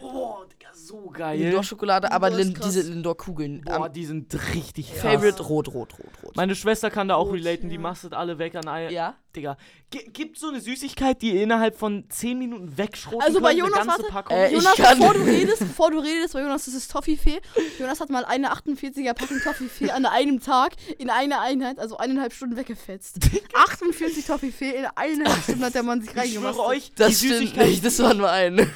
Speaker 3: Boah, Digga, so geil.
Speaker 2: Lindor-Schokolade, aber
Speaker 1: Lindor ist
Speaker 2: Lin
Speaker 1: krass.
Speaker 2: diese Lindor-Kugeln.
Speaker 3: Boah,
Speaker 2: am
Speaker 3: die sind richtig krass.
Speaker 2: Favorite rot, rot, rot, rot.
Speaker 3: Meine Schwester kann da auch
Speaker 1: Rot,
Speaker 3: relaten, die
Speaker 1: ja.
Speaker 3: mastet alle weg an Eier.
Speaker 2: ja?
Speaker 3: Digga, gi- gibt so eine Süßigkeit, die ihr innerhalb von 10 Minuten wegschroten
Speaker 1: Also bei
Speaker 3: könnt,
Speaker 1: Jonas,
Speaker 3: eine ganze
Speaker 1: warte.
Speaker 3: Packung?
Speaker 2: Äh,
Speaker 1: Jonas,
Speaker 2: ich kann-
Speaker 1: bevor du redest, bevor du redest, weil Jonas, das ist Toffifee. Jonas hat mal eine 48er Packung Toffifee an einem Tag in einer Einheit, also eineinhalb Stunden weggefetzt. 48 Toffifee in eineinhalb Stunden hat der Mann sich
Speaker 3: ich
Speaker 1: reingemacht.
Speaker 3: schwöre euch,
Speaker 2: Das
Speaker 3: die
Speaker 2: stimmt
Speaker 3: Süßigkeit,
Speaker 2: nicht, das war nur ein.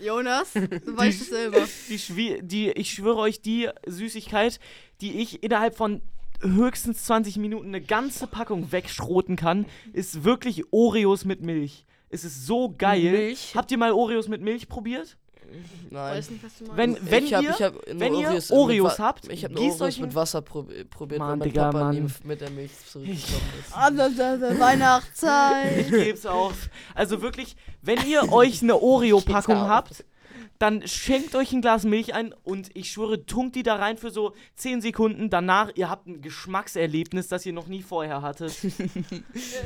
Speaker 1: Jonas, *laughs* du weißt es selber.
Speaker 3: Die, Schwie- die, ich schwöre euch, die Süßigkeit, die ich innerhalb von höchstens 20 Minuten eine ganze Packung wegschroten kann, ist wirklich Oreos mit Milch. Es ist so geil.
Speaker 2: Milch?
Speaker 3: Habt ihr mal Oreos mit Milch probiert?
Speaker 2: Nein.
Speaker 1: Weiß nicht, was du meinst.
Speaker 3: Wenn, wenn
Speaker 2: ich
Speaker 3: ihr,
Speaker 2: hab, ich hab nur
Speaker 3: wenn ihr
Speaker 2: mit
Speaker 3: Oreos
Speaker 2: Wa-
Speaker 3: habt,
Speaker 2: ich hab nur
Speaker 3: gießt
Speaker 2: Oreos
Speaker 3: euch
Speaker 2: mit
Speaker 3: ein,
Speaker 2: Wasser probi- probiert, weil
Speaker 3: Mann,
Speaker 2: mein
Speaker 3: Digga,
Speaker 2: Papa
Speaker 3: Mann.
Speaker 2: nie mit der Milch
Speaker 3: *laughs*
Speaker 2: zurückgekommen ist.
Speaker 1: Ah, da, da, da, Weihnachtszeit.
Speaker 3: ich geb's auf. Also wirklich, wenn ihr euch eine Oreo-Packung
Speaker 2: auf.
Speaker 3: habt, dann schenkt euch ein Glas Milch ein und ich schwöre, tunkt die da rein für so 10 Sekunden. Danach, ihr habt ein Geschmackserlebnis, das ihr noch nie vorher hattet.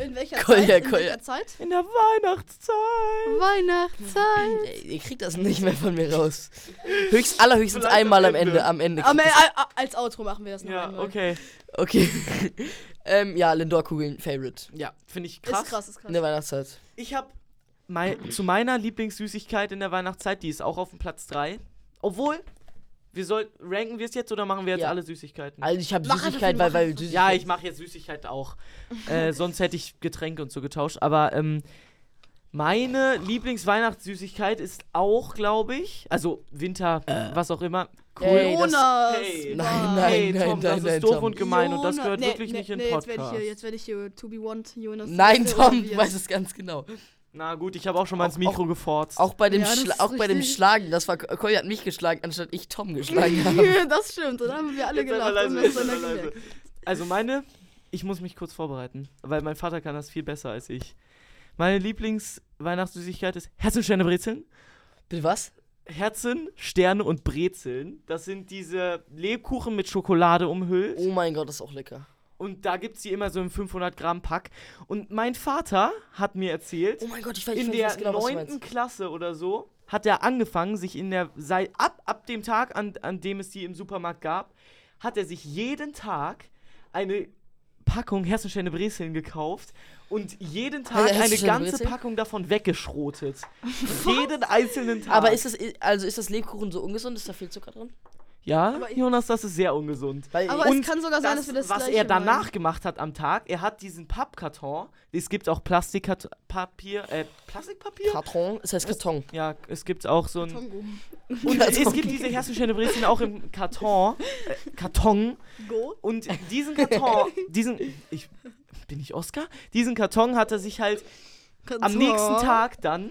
Speaker 1: In welcher
Speaker 2: Kolja,
Speaker 1: Zeit? In
Speaker 2: Kolja.
Speaker 1: welcher Zeit?
Speaker 3: In der Weihnachtszeit.
Speaker 1: Weihnachtszeit.
Speaker 2: Ey, Ihr kriegt das nicht mehr von mir raus. Höchst, allerhöchstens einmal am Ende. Am Ende.
Speaker 1: Aber,
Speaker 2: kriegt
Speaker 1: äh,
Speaker 2: ihr's.
Speaker 1: a- als Outro machen wir das noch
Speaker 3: Ja,
Speaker 1: einmal.
Speaker 3: okay.
Speaker 2: Okay. *laughs* ähm, ja, Lindor-Kugeln, Favorite.
Speaker 3: Ja, finde ich
Speaker 1: Krass.
Speaker 3: krass.
Speaker 1: Ist krass, ist krass.
Speaker 2: In der Weihnachtszeit.
Speaker 3: Ich habe mei zu meiner Lieblingssüßigkeit in der Weihnachtszeit, die ist auch auf dem Platz 3. Obwohl, wir sollten, ranken wir es jetzt oder machen wir jetzt
Speaker 2: Ja.
Speaker 3: alle Süßigkeiten?
Speaker 2: Also ich habe
Speaker 1: Mach einfach
Speaker 2: Süßigkeit,
Speaker 1: viel,
Speaker 2: weil,
Speaker 1: mach
Speaker 2: weil
Speaker 1: einfach viel.
Speaker 3: Ja, ich mache jetzt
Speaker 1: *laughs*
Speaker 3: Süßigkeiten auch. äh, sonst hätte ich Getränke und so getauscht. Aber ähm, meine Lieblingsweihnachtssüßigkeit ist auch, glaube ich, also Winter, was auch immer.
Speaker 1: Äh,
Speaker 3: Cool.
Speaker 2: Ey, das-
Speaker 1: Jonas!
Speaker 3: Hey,
Speaker 2: Nein,
Speaker 1: Mann.
Speaker 3: hey,
Speaker 2: nein,
Speaker 3: Tom,
Speaker 2: nein,
Speaker 3: das
Speaker 2: nein,
Speaker 3: ist doof
Speaker 2: Tom.
Speaker 3: und gemein und das
Speaker 1: Jonas-
Speaker 3: gehört
Speaker 1: nee,
Speaker 3: wirklich
Speaker 1: nee,
Speaker 3: nicht in
Speaker 1: nee,
Speaker 3: Podcast.
Speaker 1: ne, Jetzt werde ich hier, jetzt werde ich hier to be want Jonas.
Speaker 2: Nein,
Speaker 1: Liste
Speaker 2: Tom, du
Speaker 1: reserviert.
Speaker 2: weißt es ganz genau.
Speaker 3: Na gut, ich habe auch schon mal
Speaker 2: Auch-
Speaker 3: ins Mikro geforzt. *laughs*
Speaker 2: Auch bei dem,
Speaker 1: Ja, das
Speaker 2: Schla
Speaker 1: ist
Speaker 2: auch bei dem
Speaker 1: richtig.
Speaker 2: Schlagen, das war, Kolja hat mich geschlagen, anstatt ich Tom
Speaker 1: *laughs*
Speaker 2: geschlagen habe.
Speaker 1: das stimmt, oder? Haben wir alle
Speaker 3: Jetzt
Speaker 1: gelacht.
Speaker 3: einmal
Speaker 1: genau, und das
Speaker 3: leise, jetzt
Speaker 1: dann
Speaker 3: einmal
Speaker 1: gemerkt.
Speaker 3: leise. Also meine, ich muss mich kurz vorbereiten, weil mein Vater kann das viel besser als ich. Meine Lieblingsweihnachtssüßigkeit ist Herzensterne-Brezeln.
Speaker 2: Bitte was?
Speaker 3: Herzen, Sterne und Brezeln. Das sind diese Lebkuchen mit Schokolade umhüllt.
Speaker 2: Oh mein Gott, das ist auch lecker.
Speaker 3: Und da gibt es die immer so im 500-Gramm-Pack. Und mein Vater hat mir erzählt,
Speaker 2: Oh mein Gott, ich weiß, ich
Speaker 3: in
Speaker 2: weiß
Speaker 3: der
Speaker 2: ganz genau, was du
Speaker 3: neunten
Speaker 2: meinst.
Speaker 3: Klasse oder so hat er angefangen, sich in der seit ab ab dem Tag an, an dem es die im Supermarkt gab, hat er sich jeden Tag eine Packung Hessensteine Brezeln gekauft und jeden Tag
Speaker 2: Also
Speaker 3: eine
Speaker 2: Hessensteine
Speaker 3: ganze
Speaker 2: Brezeln?
Speaker 3: Packung
Speaker 2: *laughs*
Speaker 3: davon weggeschrotet. jeden einzelnen Tag.
Speaker 2: Aber ist das, also ist das Lebkuchen so ungesund? Ist da viel Zucker drin?
Speaker 3: ja,
Speaker 1: Aber ich-
Speaker 3: Jonas, das ist sehr ungesund.
Speaker 2: Weil
Speaker 1: Aber
Speaker 3: Und
Speaker 1: es kann sogar sein, dass wir das
Speaker 3: was
Speaker 1: Gleiche
Speaker 3: er danach
Speaker 1: meinen.
Speaker 3: gemacht hat am Tag, er hat diesen Pappkarton, es gibt auch Plastikpapier, äh, Plastikpapier?
Speaker 2: Karton, es heißt Karton.
Speaker 3: ja, es gibt auch so ein
Speaker 1: Tongo.
Speaker 3: Und
Speaker 2: Karton.
Speaker 3: es gibt diese Herzenstände Brezeln auch im Karton. Äh, Karton.
Speaker 1: Go.
Speaker 3: Und diesen Karton, diesen. Ich, bin ich Oscar? Diesen Karton hat er sich halt am nächsten Tag dann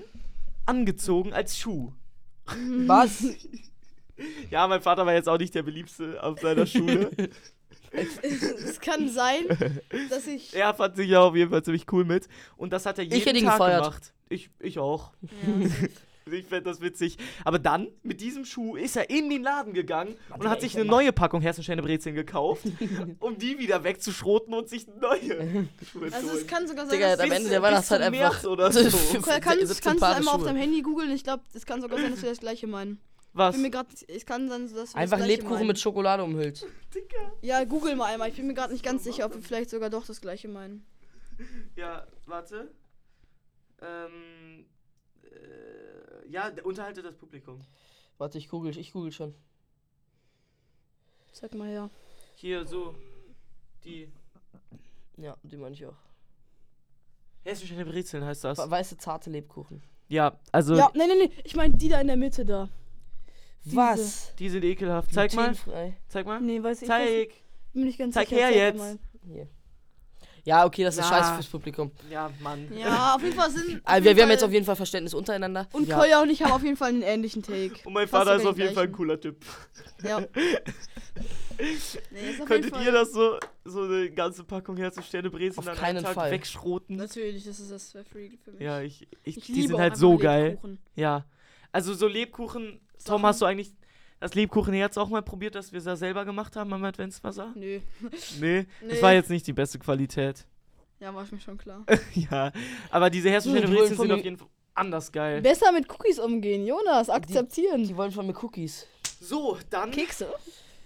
Speaker 3: angezogen als Schuh.
Speaker 2: Was?
Speaker 3: Ja, mein Vater war jetzt auch nicht der beliebste auf seiner Schule.
Speaker 1: *laughs* es kann sein, dass
Speaker 3: *laughs*
Speaker 1: ich.
Speaker 3: er fand sich ja auf jeden Fall ziemlich cool mit. Und das hat er jeden
Speaker 2: hätte ihn
Speaker 3: Tag
Speaker 2: gefeiert.
Speaker 3: gemacht. Ich, ich auch.
Speaker 1: Ja.
Speaker 3: *laughs* Ich fände das witzig. Aber dann, mit diesem Schuh, ist er in den Laden gegangen und hat
Speaker 2: ich
Speaker 3: sich
Speaker 2: hab
Speaker 3: eine
Speaker 2: mal-
Speaker 3: neue Packung Hessenschäne Brezeln
Speaker 1: *laughs*
Speaker 3: gekauft, um die wieder wegzuschroten und sich neue Schuhe zu
Speaker 1: Also es
Speaker 3: holen.
Speaker 1: kann sogar sein,
Speaker 2: Digga,
Speaker 1: dass
Speaker 2: hat am
Speaker 3: bis-
Speaker 2: Ende der
Speaker 3: bis
Speaker 2: Weihnachtszeit
Speaker 3: zum
Speaker 2: einfach. *laughs*
Speaker 3: März oder so.
Speaker 2: 15,
Speaker 1: Kolja, kannst,
Speaker 2: 17
Speaker 1: kannst du
Speaker 2: Paare
Speaker 1: das einmal auf
Speaker 2: Schuhe.
Speaker 1: deinem Handy googeln? Ich glaube, es kann sogar sein, dass wir das gleiche meinen. Ich
Speaker 3: Was?
Speaker 1: bin mir grad, es kann sein, dass wir das
Speaker 2: Einfach
Speaker 1: gleiche
Speaker 2: Lebkuchen
Speaker 1: meinen.
Speaker 2: mit Schokolade umhüllt.
Speaker 1: Ja, google mal einmal. Ich bin mir gerade nicht ganz sicher, ob wir vielleicht sogar doch das gleiche meinen.
Speaker 3: Ja, warte. Ähm, äh, ja, d- unterhalte das Publikum.
Speaker 2: Warte, ich google, ich google schon.
Speaker 1: Zeig mal her.
Speaker 3: Hier, so. Die
Speaker 2: Ja, die meine ich auch.
Speaker 3: Hessenschäne Brezeln heißt das.
Speaker 2: We- Weiße, zarte Lebkuchen.
Speaker 3: Ja, also,
Speaker 1: Ja, nee, nee, nee. Ich meine die da in der Mitte da. Diese.
Speaker 2: Was?
Speaker 3: die sind ekelhaft. Zeig mal,
Speaker 2: Glutenfrei.
Speaker 3: zeig mal.
Speaker 1: Nee, weiß ich nicht.
Speaker 2: *laughs*
Speaker 3: Zeig.
Speaker 1: Bin mir nicht ganz
Speaker 3: Zeig
Speaker 1: sicher.
Speaker 3: her jetzt.
Speaker 1: mal.
Speaker 2: Hier. Ja, okay, das ist
Speaker 3: Na.
Speaker 2: scheiße fürs Publikum.
Speaker 3: Ja, Mann.
Speaker 1: Ja, auf jeden Fall sind.
Speaker 2: Aber Also, wir, wir haben jetzt auf jeden Fall Verständnis untereinander.
Speaker 1: Und
Speaker 3: Ja.
Speaker 1: Kolja und ich haben auf jeden Fall einen ähnlichen Take.
Speaker 3: *laughs* Und mein
Speaker 1: Fast
Speaker 3: Vater ist
Speaker 1: sogar
Speaker 3: auf jeden
Speaker 1: den
Speaker 3: Fall ein cooler Typ.
Speaker 1: gleichen.
Speaker 3: *laughs*
Speaker 1: Ja. nee, ist auf
Speaker 3: Könntet
Speaker 1: jeden Fall
Speaker 3: ihr das so, so eine ganze Packung herzustellen, Brezeln
Speaker 2: Auf
Speaker 3: an einem
Speaker 2: keinen
Speaker 3: Tag
Speaker 2: Fall.
Speaker 3: wegschroten?
Speaker 1: Natürlich, das ist das wäre free für mich.
Speaker 3: Ja, ich, ich,
Speaker 1: Ich
Speaker 3: die
Speaker 1: liebe
Speaker 3: sind
Speaker 1: auch
Speaker 3: halt
Speaker 1: einfach
Speaker 3: so geil.
Speaker 1: Lebkuchen.
Speaker 3: Ja. Also so Lebkuchen, Tom,
Speaker 1: Sachen.
Speaker 3: hast du eigentlich das Lebkuchenherz auch mal probiert, dass wir es da selber gemacht haben am Adventswasser?
Speaker 1: Nö.
Speaker 3: Nee, das
Speaker 1: Nee.
Speaker 3: war jetzt nicht die beste Qualität. *laughs*
Speaker 1: Ja, war ich mir schon klar.
Speaker 3: ja, aber diese
Speaker 2: Die
Speaker 3: herzustellen
Speaker 2: wollen
Speaker 3: Brezeln
Speaker 2: von
Speaker 3: sind auf
Speaker 2: mir-
Speaker 3: jeden Fall anders geil.
Speaker 1: Besser mit Cookies umgehen, Jonas, akzeptieren.
Speaker 2: Die wollen von mir Cookies.
Speaker 3: So, dann
Speaker 1: Kekse?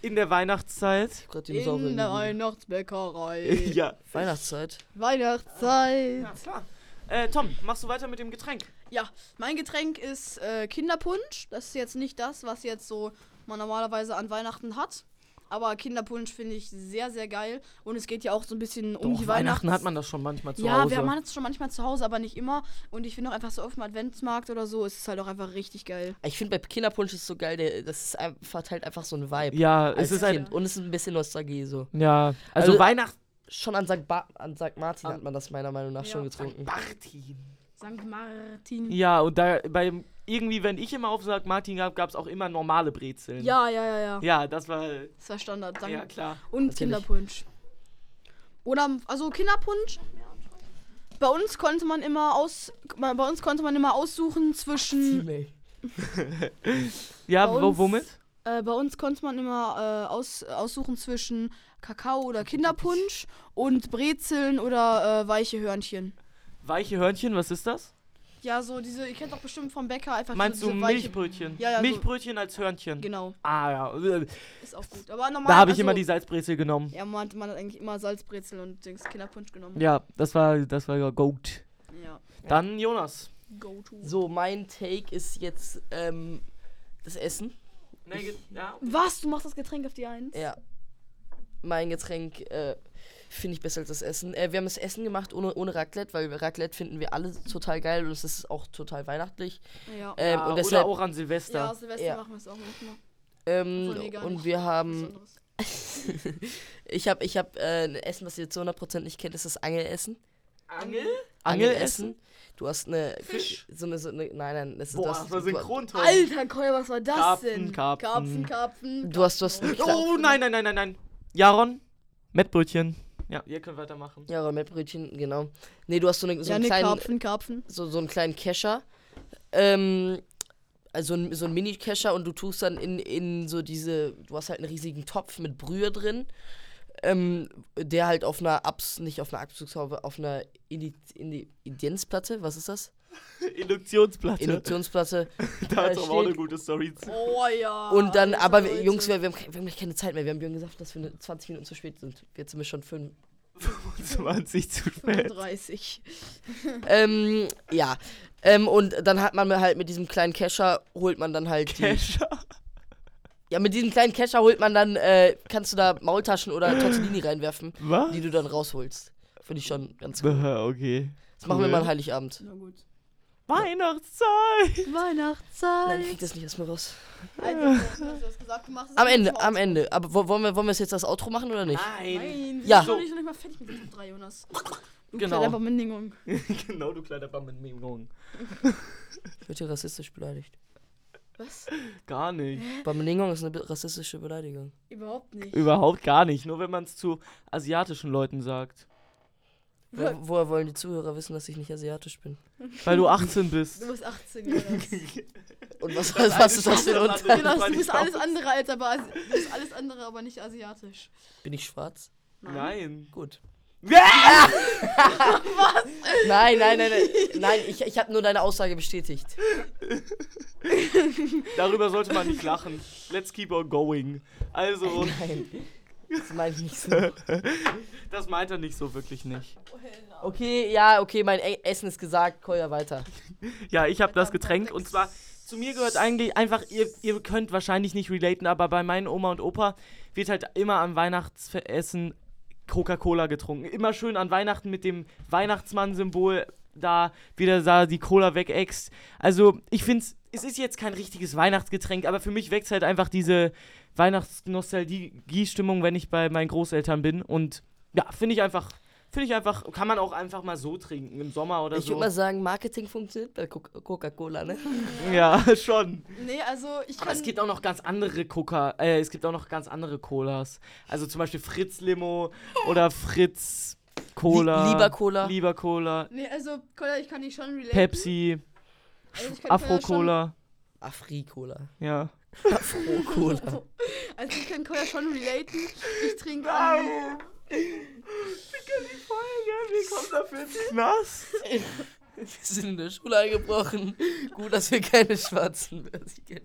Speaker 3: in der Weihnachtszeit.
Speaker 2: Ich hab grad Dinosaurier.
Speaker 1: In der
Speaker 2: gesehen.
Speaker 1: Weihnachtsbäckerei.
Speaker 3: *laughs* ja.
Speaker 2: Weihnachtszeit.
Speaker 1: Weihnachtszeit.
Speaker 3: Ja, klar. Äh, Tom, machst du weiter mit dem Getränk?
Speaker 1: Ja, mein Getränk ist äh, Kinderpunsch. Das ist jetzt nicht das, was jetzt so man normalerweise an Weihnachten hat. Aber Kinderpunsch finde ich sehr, sehr geil. Und es geht ja auch so ein bisschen
Speaker 5: Doch,
Speaker 1: um die
Speaker 5: Weihnachten
Speaker 1: Weihnachts-
Speaker 5: hat man das schon manchmal zu
Speaker 1: ja,
Speaker 5: Hause.
Speaker 1: wir machen es schon manchmal zu Hause, aber nicht immer. Und ich finde auch einfach so auf dem Adventsmarkt oder so, ist es halt auch einfach richtig geil.
Speaker 2: Ich finde bei Kinderpunsch ist so geil, der, das ist ein, verteilt einfach so ein Vibe.
Speaker 3: Ja,
Speaker 2: als
Speaker 3: es ist
Speaker 2: kind.
Speaker 3: ein.
Speaker 2: Und es ist ein bisschen Nostalgie so.
Speaker 3: Ja, also,
Speaker 5: also,
Speaker 3: also
Speaker 5: Weihnachten.
Speaker 2: Schon an St. Ba an St. Martin
Speaker 5: Am-
Speaker 2: hat man das meiner Meinung nach
Speaker 1: Ja.
Speaker 2: schon getrunken.
Speaker 5: Martin.
Speaker 1: St. Martin.
Speaker 3: Ja, und da beim irgendwie, wenn ich immer auf St. Martin gab, gab es auch immer normale Brezeln.
Speaker 1: Ja, ja, ja, ja.
Speaker 3: Ja, das war.
Speaker 1: Das war Standard. St.
Speaker 3: Ja, klar.
Speaker 1: Und
Speaker 2: Natürlich.
Speaker 1: Kinderpunsch. Oder, also Kinderpunsch. Bei uns konnte man immer aus, bei bei uns konnte man immer aussuchen zwischen,
Speaker 3: Ja,
Speaker 1: Bei
Speaker 3: wo,
Speaker 1: uns-
Speaker 3: womit?
Speaker 1: äh, bei uns konnte man immer äh, aus, aussuchen zwischen Kakao oder Kinderpunsch und Brezeln oder äh, weiche Hörnchen.
Speaker 3: Weiche Hörnchen, was ist das?
Speaker 1: Ja, so diese, ihr kennt doch bestimmt vom Bäcker einfach
Speaker 3: Meinst
Speaker 1: diese
Speaker 3: du
Speaker 1: Also weiche.
Speaker 3: Milchbrötchen?
Speaker 1: Ja, ja, so-
Speaker 3: Milchbrötchen als Hörnchen.
Speaker 1: Genau,
Speaker 3: Ah, ja.
Speaker 1: ist auch gut. Aber normal.
Speaker 3: Da habe ich
Speaker 1: also-
Speaker 3: immer die Salzbrezel genommen.
Speaker 1: Ja, man hat, man hat eigentlich immer Salzbrezeln und Dings Kinderpunsch genommen.
Speaker 3: Ja, das war, das war ja Goat.
Speaker 1: Ja.
Speaker 3: Dann Jonas.
Speaker 1: Go to.
Speaker 2: So, mein Take ist jetzt ähm, das Essen.
Speaker 1: Was? Du machst das Getränk auf die Eins?
Speaker 2: Ja. Mein Getränk äh, finde ich besser als das Essen. Äh, wir haben das Essen gemacht ohne, ohne Raclette, weil Raclette finden wir alle total geil und es ist auch total weihnachtlich.
Speaker 1: Ja.
Speaker 2: Ähm,
Speaker 3: ja,
Speaker 2: und
Speaker 3: Ah, oder
Speaker 2: deshalb,
Speaker 3: auch an Silvester.
Speaker 1: Ja, Silvester
Speaker 2: Ja.
Speaker 1: machen wir es auch manchmal. obwohl wir
Speaker 2: ähm,
Speaker 1: gar
Speaker 2: und
Speaker 1: nicht
Speaker 2: wir haben
Speaker 1: Besonderes.
Speaker 2: Ich habe ich hab, äh, ein Essen, was ihr zu 100% nicht kennt, das ist das Angelessen.
Speaker 3: Angel?
Speaker 2: Angelessen? Du hast eine
Speaker 3: Fisch?
Speaker 2: So eine, so eine nein, nein, das ist
Speaker 3: Boah,
Speaker 2: du hast,
Speaker 3: das war
Speaker 2: du,
Speaker 3: synchron
Speaker 1: Alter, Kolja, was war das
Speaker 3: Karpfen,
Speaker 1: denn?
Speaker 3: Karpfen.
Speaker 1: Karpfen, Karpfen.
Speaker 2: du hast, du hast eine Kla
Speaker 3: Oh, nein, nein, nein, nein, nein. Jaron, Mettbrötchen. Ja, ihr könnt weitermachen.
Speaker 2: Ja, Rollmettbrötchen, genau. Nee, du hast so, eine, so,
Speaker 1: ja,
Speaker 2: einen,
Speaker 1: ne,
Speaker 2: kleinen,
Speaker 1: Karpfen, Karpfen.
Speaker 2: so, so einen kleinen Kescher. Ähm, also ein, so ein Mini-Kescher und du tust dann in, in so diese, du hast halt einen riesigen Topf mit Brühe drin, ähm, der halt auf einer Abs, nicht auf einer Abzugshaube, auf einer Indi, Indi, Indienzplatte, was ist das?
Speaker 3: *laughs* Induktionsplatte.
Speaker 2: Induktionsplatte
Speaker 3: da hat's
Speaker 2: äh,
Speaker 3: aber auch eine
Speaker 2: steht- *laughs*
Speaker 3: gute Story zu.
Speaker 1: Oh ja.
Speaker 2: Und dann,
Speaker 1: Alter,
Speaker 2: aber wir,
Speaker 1: Leute.
Speaker 2: Jungs, wir, wir, haben, ke- wir haben gleich keine Zeit mehr. Wir haben Björn gesagt, dass wir ne- 20 Minuten zu spät sind. Jetzt sind wir schon fünf.
Speaker 3: 20 zu spät.
Speaker 1: 35.
Speaker 2: ähm, ja. Ähm, und dann hat man halt mit diesem kleinen Kescher, holt man dann halt
Speaker 3: *laughs*
Speaker 2: die.
Speaker 3: Kescher.
Speaker 2: Ja, mit diesem kleinen Kescher holt man dann, äh, kannst du da Maultaschen oder Tortellini reinwerfen,
Speaker 3: Was?
Speaker 2: die du dann rausholst. Finde ich schon ganz cool.
Speaker 3: Aha, Okay.
Speaker 2: Das machen wir
Speaker 3: cool.
Speaker 2: mal halt- an Heiligabend.
Speaker 1: Na gut.
Speaker 3: Weihnachtszeit.
Speaker 2: Nein,
Speaker 1: Weihnachtszeit.
Speaker 2: krieg das nicht erstmal raus.
Speaker 1: Alter, du hast gesagt, du machst es
Speaker 2: Am
Speaker 1: nicht
Speaker 2: Ende,
Speaker 1: so
Speaker 2: am Ende. Aber wo- wollen wir, wollen wir jetzt jetzt das Outro machen oder nicht?
Speaker 3: Nein.
Speaker 1: Nein, wir
Speaker 2: Ja.
Speaker 1: sind noch nicht, noch nicht mal fertig mit den Top 3, Jonas. Du
Speaker 3: Genau.
Speaker 1: kleiner Vermindigung.
Speaker 3: *laughs* genau, du kleiner Bammelingung.
Speaker 2: Ich werde hier rassistisch beleidigt.
Speaker 1: Was?
Speaker 3: Gar nicht.
Speaker 2: Bammelingung ist eine be- rassistische Beleidigung.
Speaker 1: Überhaupt nicht.
Speaker 3: Überhaupt gar nicht. Nur wenn man es zu asiatischen Leuten sagt.
Speaker 2: Wo, woher wollen die Zuhörer wissen, dass ich nicht asiatisch bin?
Speaker 3: Weil du 18 bist.
Speaker 1: Du bist 18,
Speaker 2: *laughs*
Speaker 1: Jonas.
Speaker 2: Und *laughs* was, was, was ist das für ein Unterschied?
Speaker 3: Genau,
Speaker 1: Jonas, du bist alles andere als aber Asi- du bist alles andere, aber nicht asiatisch.
Speaker 2: Bin ich schwarz?
Speaker 3: Nein.
Speaker 2: *laughs* Gut.
Speaker 3: Ja!
Speaker 2: *laughs* Nein, nein, nein, nein. Nein, ich, ich habe nur deine Aussage bestätigt.
Speaker 3: Darüber sollte man nicht lachen. Let's keep on going.
Speaker 2: *laughs*
Speaker 3: Also,
Speaker 2: Nein. Das meine ich nicht so.
Speaker 3: das meint er nicht so wirklich nicht.
Speaker 2: Okay, ja, okay, mein E- Essen ist gesagt. Kolja weiter.
Speaker 3: Ja, ich habe das Getränk und zwar zu mir gehört eigentlich einfach, ihr, ihr könnt wahrscheinlich nicht relaten, aber bei meinen Oma und Opa wird halt immer am Weihnachtsessen Coca-Cola getrunken. Immer schön an Weihnachten mit dem Weihnachtsmann-Symbol da wieder da die Cola wegäxt. Also, ich finde es. Es ist jetzt kein richtiges Weihnachtsgetränk, aber für mich weckt halt einfach diese Weihnachtsnostalgie-Stimmung, wenn ich bei meinen Großeltern bin. Und ja, finde ich einfach, finde ich einfach, kann man auch einfach mal so trinken im Sommer oder
Speaker 2: Ich
Speaker 3: so.
Speaker 2: würde mal sagen, Marketing funktioniert bei Co- Coca-Cola, ne?
Speaker 3: ja, *laughs* schon.
Speaker 1: Nee, also ich kann.
Speaker 3: Aber es gibt auch noch ganz andere Coca, äh, es gibt auch noch ganz andere Colas. Also zum Beispiel Fritz Limo oder Fritz Cola.
Speaker 2: Lie- lieber Cola.
Speaker 3: Lieber Cola.
Speaker 1: Nee, also, Kolja, ich kann dich schon relate.
Speaker 3: Pepsi,
Speaker 1: Also ich kann
Speaker 3: Afro
Speaker 1: Kolja schon-
Speaker 3: Cola.
Speaker 2: Afri-Cola.
Speaker 3: Ja.
Speaker 2: Afro-Cola.
Speaker 1: Also ich kann Kolja schon relaten. Ich trinke ähm,
Speaker 3: Wie kommt dafür ins Knast?
Speaker 2: *laughs* Wir sind in der Schule eingebrochen. Gut, dass wir keine Schwarzen mehr kennen.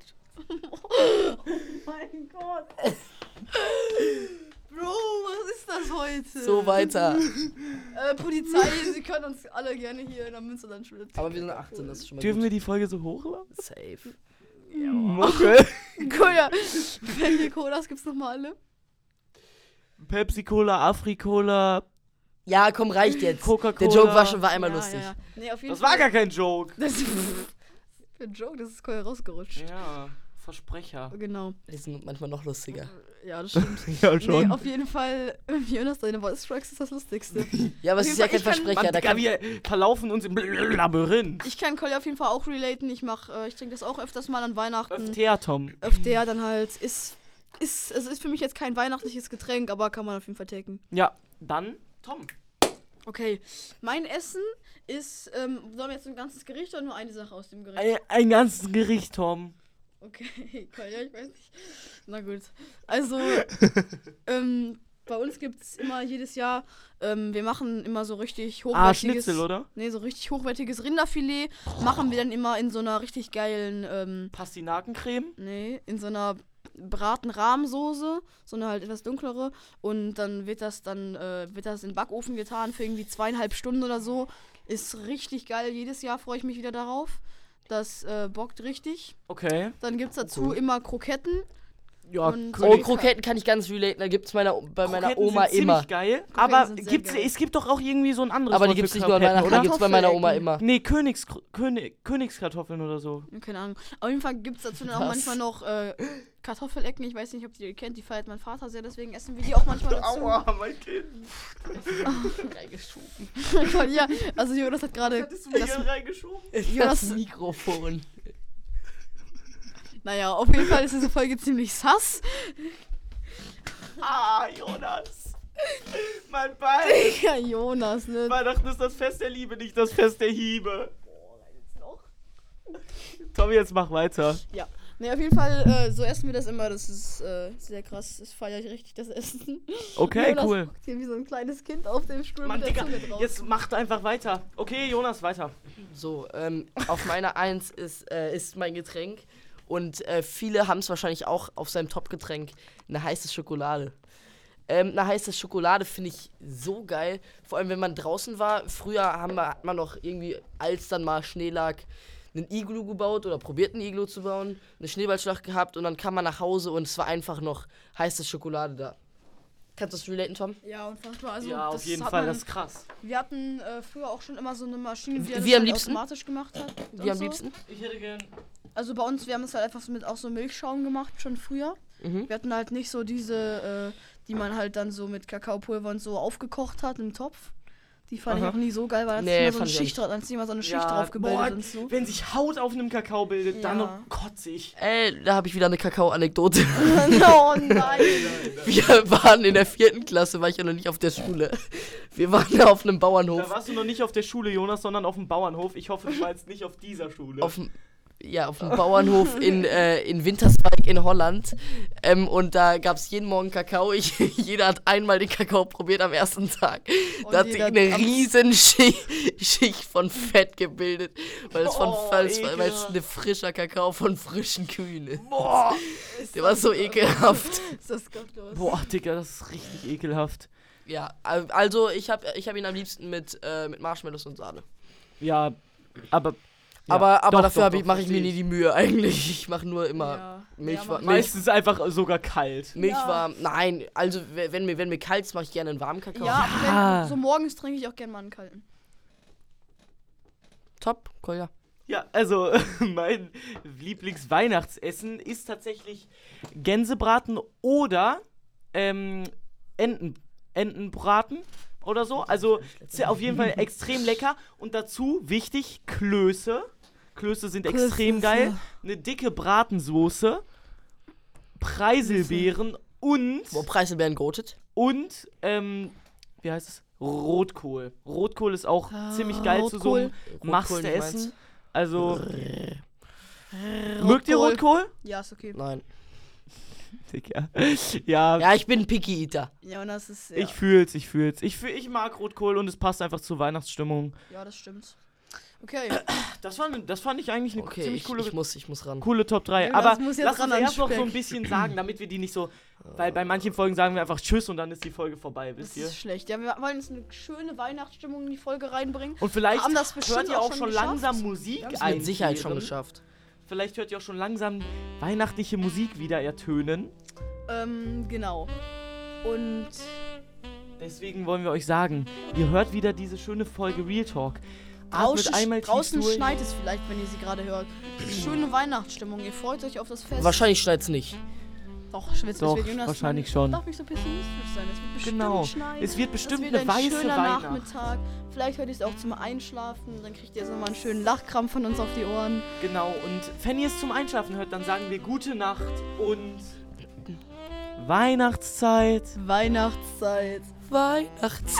Speaker 1: Bro, was ist das heute?
Speaker 2: So weiter.
Speaker 1: Äh, Polizei, sie können uns alle gerne hier in der Münsterland schule
Speaker 2: Aber wir sind 18, das ist schon mal
Speaker 3: *laughs* Dürfen
Speaker 2: gut.
Speaker 3: wir die Folge so hochladen?
Speaker 2: Safe.
Speaker 3: Okay.
Speaker 1: Kolja, welche Colas gibt's nochmal alle?
Speaker 3: Pepsi Cola, Afrikola.
Speaker 2: Ja, komm, reicht jetzt. Der
Speaker 3: Coca-Cola.
Speaker 2: Joke war schon war einmal
Speaker 1: ja,
Speaker 2: lustig.
Speaker 1: Ja, ja. Nee, auf jeden
Speaker 3: Das war
Speaker 1: Fall.
Speaker 3: gar kein Joke.
Speaker 1: Das für ein Joke, das ist cool rausgerutscht.
Speaker 3: Ja, Versprecher.
Speaker 1: Genau.
Speaker 2: Die sind manchmal noch lustiger.
Speaker 1: Ja, das stimmt.
Speaker 3: *laughs*
Speaker 1: *laughs*
Speaker 3: Ja,
Speaker 1: nee, auf jeden Fall, *laughs* Jonas, deine Voice Tracks ist das
Speaker 2: *laughs*
Speaker 1: Lustigste.
Speaker 2: Ja, aber es
Speaker 1: Auf
Speaker 2: ist ja
Speaker 1: jeden
Speaker 2: kein
Speaker 1: Fall, ich kann-
Speaker 2: Versprecher.
Speaker 3: Mann,
Speaker 2: Da
Speaker 3: Digga,
Speaker 2: kann,
Speaker 3: wir verlaufen uns im Labyrinth.
Speaker 1: Ich kann Collier auf jeden Fall auch relaten. Ich mach, äh, ich trinke das auch öfters mal an Weihnachten.
Speaker 3: FTA,
Speaker 2: Hm.
Speaker 3: Tom.
Speaker 1: Öfter ja, dann halt ist. Ist, es ist für mich jetzt kein weihnachtliches Getränk, aber kann man auf jeden Fall taken.
Speaker 3: Ja, dann Tom.
Speaker 1: Okay, mein Essen ist, ähm, sollen wir jetzt ein ganzes Gericht oder nur eine Sache aus dem Gericht?
Speaker 3: Ein, ein ganzes Gericht, Tom.
Speaker 1: Okay, *laughs* Kolja, ich weiß nicht. Na gut.
Speaker 3: *laughs*
Speaker 1: Also, ähm, bei uns gibt es immer jedes Jahr, ähm, wir machen immer so richtig
Speaker 3: Ah,
Speaker 1: hochwertiges.
Speaker 3: Schnitzel, oder?
Speaker 1: Nee, so richtig hochwertiges Rinderfilet machen wir dann immer in so einer richtig geilen, ähm,
Speaker 3: Pastinakencreme.
Speaker 1: nee, in so einer Bratenrahmsoße, so eine halt etwas dunklere. Und dann wird das dann, äh, wird das in den Backofen getan für irgendwie zweieinhalb Stunden oder so. Ist richtig geil. Jedes Jahr freue ich mich wieder darauf. Das äh, bockt richtig.
Speaker 3: Okay.
Speaker 1: Dann gibt es dazu immer Kroketten.
Speaker 3: Ja,
Speaker 1: Und-
Speaker 2: oh,
Speaker 3: König-
Speaker 2: Kroketten kann ich ganz relaten. Da gibt's meiner, bei meiner
Speaker 3: Kroketten
Speaker 2: Oma
Speaker 3: sind ziemlich
Speaker 2: immer.
Speaker 3: geil. Aber
Speaker 1: sind sehr
Speaker 3: gibt's,
Speaker 1: geil.
Speaker 3: es gibt doch auch irgendwie so ein anderes
Speaker 2: Aber die
Speaker 3: Wort
Speaker 2: gibt's
Speaker 3: für
Speaker 2: nicht nur an
Speaker 3: Kroketten,
Speaker 2: Weihnachten, die
Speaker 3: oder?
Speaker 2: gibt's bei meiner Oma
Speaker 1: Kartoffelecken.
Speaker 2: immer.
Speaker 3: Nee, Königs, König, Königskartoffeln oder so.
Speaker 1: Keine Ahnung. Auf jeden Fall gibt es dazu dann auch
Speaker 2: Was?
Speaker 1: manchmal noch äh, Kartoffelecken. Ich weiß nicht, ob ihr die kennt. Die feiert mein Vater sehr, deswegen essen wir die auch manchmal dazu. *laughs*
Speaker 3: mein Kind.
Speaker 2: Äh,
Speaker 3: reingeschoben.
Speaker 1: ja, also Jonas hat gerade. das-
Speaker 3: reingeschoben?
Speaker 2: Das
Speaker 1: Jonas-
Speaker 2: *laughs* Mikrofon.
Speaker 1: Naja, auf jeden Fall ist diese Folge ziemlich sass. *laughs*
Speaker 3: Ah,
Speaker 2: *laughs*
Speaker 3: Jonas. Mein Bein.
Speaker 1: Ja, Jonas, ne?
Speaker 3: Weihnachten ist das Fest der Liebe, nicht das Fest der Hiebe. Tommy, jetzt mach weiter.
Speaker 1: Ja. Ne, auf jeden Fall, äh, so essen wir das immer. Das ist äh, sehr krass. Das feiere ich richtig, das Essen.
Speaker 3: Okay,
Speaker 1: Jonas
Speaker 3: cool.
Speaker 1: guckt hier wie so ein kleines Kind auf dem Stuhl
Speaker 3: Mann,
Speaker 1: mit der
Speaker 3: Digga,
Speaker 1: Zunge drauf.
Speaker 3: jetzt macht einfach weiter. Okay, Jonas, weiter.
Speaker 2: So, ähm, auf meiner Eins ist, äh, ist mein Getränk. Und äh, viele haben es wahrscheinlich auch auf seinem Top-Getränk, eine heiße Schokolade. Ähm, eine heiße Schokolade finde ich so geil. Vor allem, wenn man draußen war. Früher haben wir, hat man noch irgendwie, als dann mal Schnee lag, einen Iglu gebaut oder probiert einen Iglu zu bauen, eine Schneeballschlacht gehabt und dann kam man nach Hause und es war einfach noch heiße Schokolade da. Kannst du das relaten, Tom?
Speaker 1: Ja, unfassbar. Also,
Speaker 3: ja, auf
Speaker 1: das
Speaker 3: jeden
Speaker 1: hat
Speaker 3: Fall,
Speaker 1: man-
Speaker 3: das ist krass.
Speaker 1: Wir hatten äh, früher auch schon immer so eine Maschine, die
Speaker 2: Wie-
Speaker 1: das
Speaker 2: wie am
Speaker 1: halt
Speaker 2: liebsten?
Speaker 1: automatisch gemacht hat. und
Speaker 2: Wie am
Speaker 1: so.
Speaker 2: liebsten?
Speaker 3: Ich hätte gern.
Speaker 1: Also bei uns, wir haben es halt einfach so mit auch so Milchschaum gemacht, schon früher.
Speaker 2: Mhm.
Speaker 1: Wir hatten halt nicht so diese, äh, die man halt dann so mit Kakaopulver und so aufgekocht hat im Topf. Die fand
Speaker 3: Aha.
Speaker 1: ich auch nie so geil, weil da
Speaker 2: Nee,
Speaker 1: nee, immer so eine
Speaker 2: fand ich auch
Speaker 1: Schicht drauf, dann hat sich immer so eine Schicht
Speaker 3: Ja,
Speaker 1: drauf gebildet
Speaker 3: boah,
Speaker 1: und so.
Speaker 3: Wenn sich Haut auf einem Kakao bildet,
Speaker 1: Ja.
Speaker 3: dann kotze ich.
Speaker 2: Ey, Äh, da habe ich wieder eine Kakao-Anekdote.
Speaker 1: *laughs* oh nein!
Speaker 2: Wir waren in der vierten Klasse, war ich ja noch nicht auf der Schule. Wir waren da auf einem
Speaker 3: Da
Speaker 2: Bauernhof.
Speaker 3: warst du noch nicht auf der Schule, Jonas, sondern auf dem Bauernhof. Ich hoffe, du warst nicht auf dieser Schule.
Speaker 2: Auf, dem- ja, auf einem Bauernhof in, äh, in Winterswijk in Holland. Ähm, und da gab es jeden Morgen Kakao. Ich, *laughs* jeder hat einmal den Kakao probiert am ersten Tag.
Speaker 1: Und
Speaker 2: Da hat sich
Speaker 1: jeder
Speaker 2: eine
Speaker 1: am-
Speaker 2: riesen Schicht, Schicht von Fett gebildet, weil es, von,
Speaker 3: Oh,
Speaker 2: weil es, weil es
Speaker 3: ekelhaft.
Speaker 2: eine frischer Kakao von frischen Kühen ist.
Speaker 3: Boah.
Speaker 2: Der war so ekelhaft.
Speaker 1: Ist das gottlos.
Speaker 3: Boah, Digga, das ist richtig ekelhaft.
Speaker 2: Ja, also ich habe ich hab ihn am liebsten mit, äh, mit Marshmallows und Sahne.
Speaker 3: Ja, aber. Ja,
Speaker 2: aber aber
Speaker 3: doch, doch,
Speaker 2: dafür
Speaker 3: doch,
Speaker 2: mache ich mir
Speaker 3: versteh
Speaker 2: nie die Mühe eigentlich. Ich mache nur immer
Speaker 1: Ja.
Speaker 2: Milch,
Speaker 1: Ja,
Speaker 2: wa-
Speaker 1: mach-
Speaker 2: Milch,
Speaker 3: Meistens einfach sogar kalt.
Speaker 2: Milch
Speaker 1: Ja.
Speaker 2: warm. Nein, also we- wenn mir, wenn mir kalt ist, mache ich gerne einen warmen
Speaker 1: Ja,
Speaker 2: Kakao.
Speaker 1: aber wenn, so morgens trinke ich auch gerne mal einen kalten.
Speaker 2: Top, Kolja.
Speaker 3: Ja, also *laughs* mein Lieblingsweihnachtsessen ist tatsächlich Gänsebraten oder ähm, Enten, Entenbraten oder so. Also ist ja auf jeden Fall extrem lecker. Und dazu wichtig, Klöße. Klöße sind
Speaker 1: Klöße.
Speaker 3: extrem geil. Eine dicke Bratensoße, Preiselbeeren und,
Speaker 2: Wo Preise werden gotet.
Speaker 3: und ähm, wie heißt es? Rotkohl. Rotkohl ist auch ziemlich geil zu so einem
Speaker 1: Rotkohl.
Speaker 2: Rotkohl, du
Speaker 3: Maste
Speaker 2: meinst?
Speaker 3: essen. Also,
Speaker 1: Rotkohl.
Speaker 3: mögt ihr Rotkohl?
Speaker 1: Ja, ist okay.
Speaker 2: Nein.
Speaker 3: Digga. Ja,
Speaker 2: Ja, ich bin ein Picky Eater.
Speaker 1: Ja, und das ist. Ja,
Speaker 3: ich fühl's, ich fühl's. Ich, fühl, ich mag Rotkohl und es passt einfach zur Weihnachtsstimmung.
Speaker 1: ja das stimmt. Okay.
Speaker 3: Das, war, ne- das fand ich eigentlich eine
Speaker 2: Okay,
Speaker 3: ziemlich
Speaker 2: ich,
Speaker 3: coole,
Speaker 2: ich, muss, ich muss ran.
Speaker 3: coole Top 3.
Speaker 1: Ja,
Speaker 3: Aber
Speaker 1: das muss jetzt
Speaker 3: lass uns
Speaker 1: ran an
Speaker 3: erst noch so ein
Speaker 1: Speck.
Speaker 3: bisschen sagen, damit wir die nicht so... Weil bei manchen Folgen sagen wir einfach Tschüss und dann ist die Folge vorbei,
Speaker 1: Das
Speaker 3: wisst ihr?
Speaker 1: ist schlecht. Ja, wir wollen jetzt eine schöne Weihnachtsstimmung in die Folge reinbringen.
Speaker 3: Und vielleicht
Speaker 1: Haben das bestimmt
Speaker 3: hört ihr
Speaker 1: auch
Speaker 3: auch
Speaker 1: schon
Speaker 3: schon
Speaker 1: geschafft.
Speaker 3: langsam Musik
Speaker 2: Ich
Speaker 3: ein.
Speaker 2: mit Sicherheit schon geschafft.
Speaker 3: Vielleicht hört ihr auch schon langsam weihnachtliche Musik wieder ertönen.
Speaker 1: Ähm, genau.
Speaker 3: Ah,
Speaker 1: Und
Speaker 3: Deswegen wollen wir euch sagen, ihr hört wieder diese schöne Folge Real Talk. Atmet
Speaker 1: draußen,
Speaker 3: einmal tief
Speaker 1: draußen
Speaker 3: durch.
Speaker 1: schneit es vielleicht, wenn ihr sie gerade hört. Schöne Weihnachtsstimmung, ihr freut euch auf das Fest.
Speaker 2: Wahrscheinlich schneit's nicht.
Speaker 1: Doch, schwitzt es
Speaker 3: Doch,
Speaker 1: wird Jonas.
Speaker 3: wahrscheinlich
Speaker 1: man
Speaker 3: schon.
Speaker 1: Darf nicht so pessimistisch sein, es wird bestimmt
Speaker 3: Genau.
Speaker 1: schneien.
Speaker 3: Es wird bestimmt
Speaker 1: es wird
Speaker 3: eine
Speaker 1: ein
Speaker 3: weiße
Speaker 1: schöner
Speaker 3: Weihnacht.
Speaker 1: Nachmittag. Vielleicht hört ihr es auch zum Einschlafen, dann kriegt ihr so mal einen schönen Lachkrampf von uns auf die Ohren.
Speaker 3: Genau, und wenn ihr es zum Einschlafen hört, dann sagen wir gute Nacht und Weihnachtszeit.
Speaker 1: Weihnachtszeit.
Speaker 2: Weihnachts.